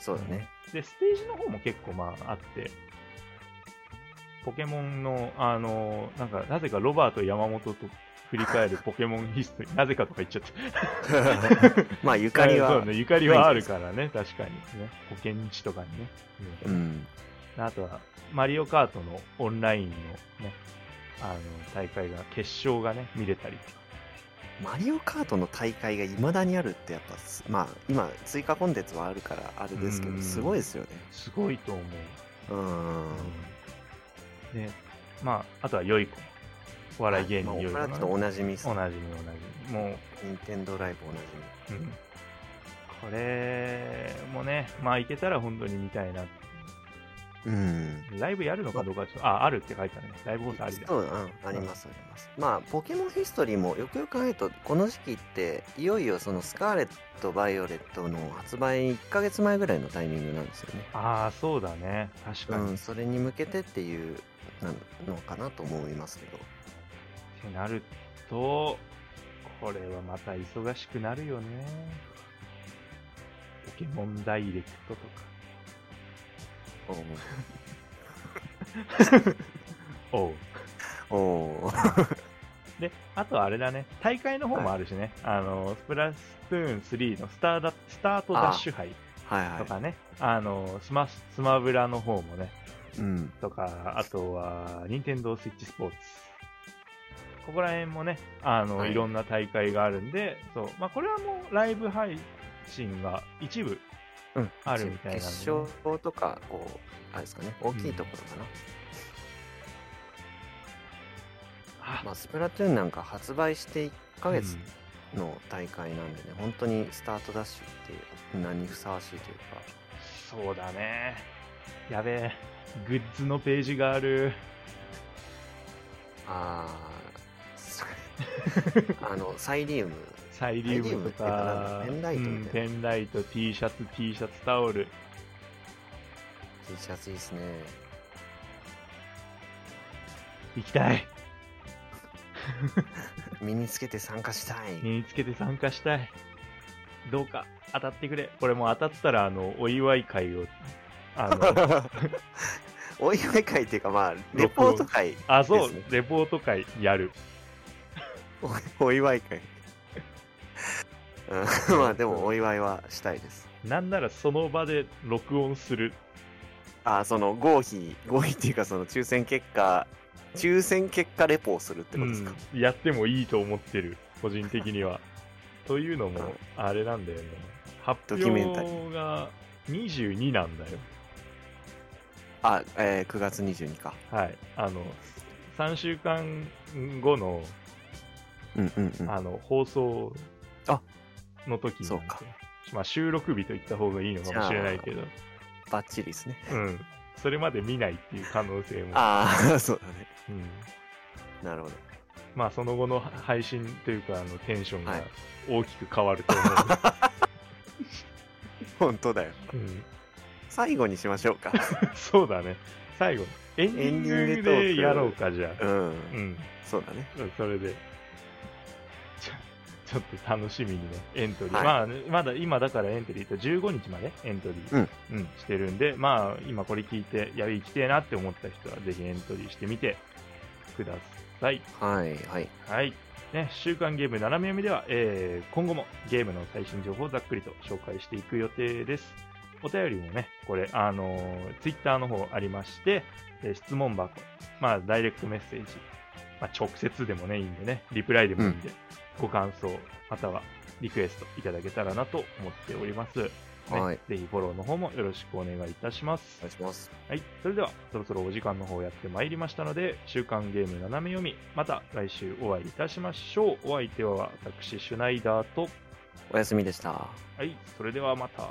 Speaker 3: そうだ ね。
Speaker 2: で、ステージの方も結構まああって、ポケモンの、あの、なんか、なぜかロバート山本と振 り返るポケモンヒストリー、なぜかとか言っちゃって。
Speaker 3: まあ、ゆかり
Speaker 2: そ
Speaker 3: は
Speaker 2: う、ね、ゆかりはあるからね、確かにね。保健日とかにね。うん
Speaker 3: うん。
Speaker 2: あとは、マリオカートのオンラインのね、あの、大会が、決勝がね、見れたりとか。
Speaker 3: マリオカートの大会が未だにあるって、やっぱす、まあ、今、追加コンテンツはあるから、あれですけ
Speaker 2: う
Speaker 3: ど、
Speaker 2: ん
Speaker 3: すごいですよね。
Speaker 2: すごいと思う。
Speaker 3: うん。
Speaker 2: で、まあ、あとは、よいこ。お笑い芸
Speaker 3: まあ
Speaker 2: 人よい
Speaker 3: こ
Speaker 2: こ
Speaker 3: れ
Speaker 2: ね、
Speaker 3: はちょっとおなじみっす
Speaker 2: 同。じみ同じみ。も
Speaker 3: 任天堂ライブおなじ
Speaker 2: う、うん。これもね、まあ、いけたら本当に見たいな。
Speaker 3: み。うん。
Speaker 2: ライブやるのかどうかはちょっと、あ、あるって書いてあるね。ライブ放送ありだ。
Speaker 3: そうだ、うん、ありますあります、まあポケモンヒストリーもよくよく考えるとこの時期っていよいよそのスカーレット・バイオレットの発売1ヶ月前ぐらいのタイミングなんですよね、
Speaker 2: ああ、そうだね。確かに。
Speaker 3: うん、それに向けてっていうなのかなと思いますけど
Speaker 2: ってなると、これはまた忙しくなるよね。ポケモンダイレクトとか。おう
Speaker 3: おおー
Speaker 2: で、あとはあれだね。大会の方もあるしね。あの、スプラスプーン3のスターダスタートダッシュ杯
Speaker 3: はい
Speaker 2: と
Speaker 3: は
Speaker 2: かね。あの、スマ、スマブラの方もね。
Speaker 3: い、うん、
Speaker 2: とか、あとは、ニンテンドースイッチスポーツ。ここら辺もね、あの、
Speaker 3: はい
Speaker 2: い、ろんな大会があるんで、そう。まあ、これはもうライブ配信が一部
Speaker 3: うん、
Speaker 2: あるみたいなんでね
Speaker 3: 決勝とかこうあれですかね大きいところかな、
Speaker 2: あ
Speaker 3: まあ、スプラトゥーンなんか発売して1ヶ月の大会なんでね、本当にスタートダッシュっていう名にふさわしいというか
Speaker 2: うんそうだねやべえグッズのページがある
Speaker 3: あー あのサイリウム
Speaker 2: サイリウムとか
Speaker 3: サイリウムってなんだペンライトみたいな
Speaker 2: うんペンライト T シャツ T シャツタオル
Speaker 3: T シャツいいですね
Speaker 2: 行きたい
Speaker 3: 身につけて参加したい、
Speaker 2: 身につけて参加したいどうか当たってくれこれもう当たったらあのお祝い会を あの
Speaker 3: お祝い会っていうかまあレポート会
Speaker 2: あそ
Speaker 3: で
Speaker 2: う、
Speaker 3: すね
Speaker 2: レポート会やる
Speaker 3: お お祝い会 うんまあでもお祝いはしたいです
Speaker 2: なんならその場で録音する
Speaker 3: あその合否合否っていうかその抽選結果抽選結果レポをするってことですか、
Speaker 2: うんやってもいいと思ってる個人的には というの
Speaker 3: うん
Speaker 2: もあれなんだよね発
Speaker 3: ドキュメンタリ
Speaker 2: 表が22なんだよ
Speaker 3: あ、えー、9月22か
Speaker 2: はいあの3週間後の
Speaker 3: うんうんうん
Speaker 2: あの放送
Speaker 3: あ
Speaker 2: の時に
Speaker 3: そうか
Speaker 2: まあ、収録日と言った方がいいのかもしれないけど、
Speaker 3: バッチリですね
Speaker 2: うん、それまで見ないっていう可能性も、
Speaker 3: ああ そうだね
Speaker 2: うん、
Speaker 3: なるほど
Speaker 2: まあその後の配信というかあのテンション
Speaker 3: は
Speaker 2: が
Speaker 3: い
Speaker 2: 大きく変わると思
Speaker 3: 本当だよ
Speaker 2: う、うん、
Speaker 3: 最後にしましょうか
Speaker 2: そうだね。最後、エンディン
Speaker 3: エンディング
Speaker 2: グ
Speaker 3: トー
Speaker 2: で
Speaker 3: ク
Speaker 2: やろうか、じゃあ。
Speaker 3: うん、
Speaker 2: うん。
Speaker 3: そうだね
Speaker 2: それで。ちょちょっと楽しみにね、エントリー。
Speaker 3: はい
Speaker 2: まあね、まだ今だからエントリーと15日までエントリー、うんしてるんで、まあ今これ聞いて、やべ、行きてえなって思った人は、ぜひエントリーしてみてください。
Speaker 3: はいはい
Speaker 2: はい。ね、週刊ゲーム斜め読みでは、えー今後もゲームの最新情報をざっくりと紹介していく予定です。お便りもね、これ、あのー、ツイッターの方ありまして、えー質問箱、まあ、ダイレクトメッセージ、まあ、直接でもね、いいんでね、リプライでもいいんで、ご感想、またはリクエストいただけたらなと思っております。ね
Speaker 3: はい
Speaker 2: ぜひフォローの方もよろしくお願いいたします
Speaker 3: お。願いします
Speaker 2: はい、それではそろそろお時間の方やってまいりましたので、週刊ゲーム斜め読み、また来週お会いいたしましょう。お相手は私、シュナイダーと、
Speaker 3: おやすみでした
Speaker 2: はい、それではまた。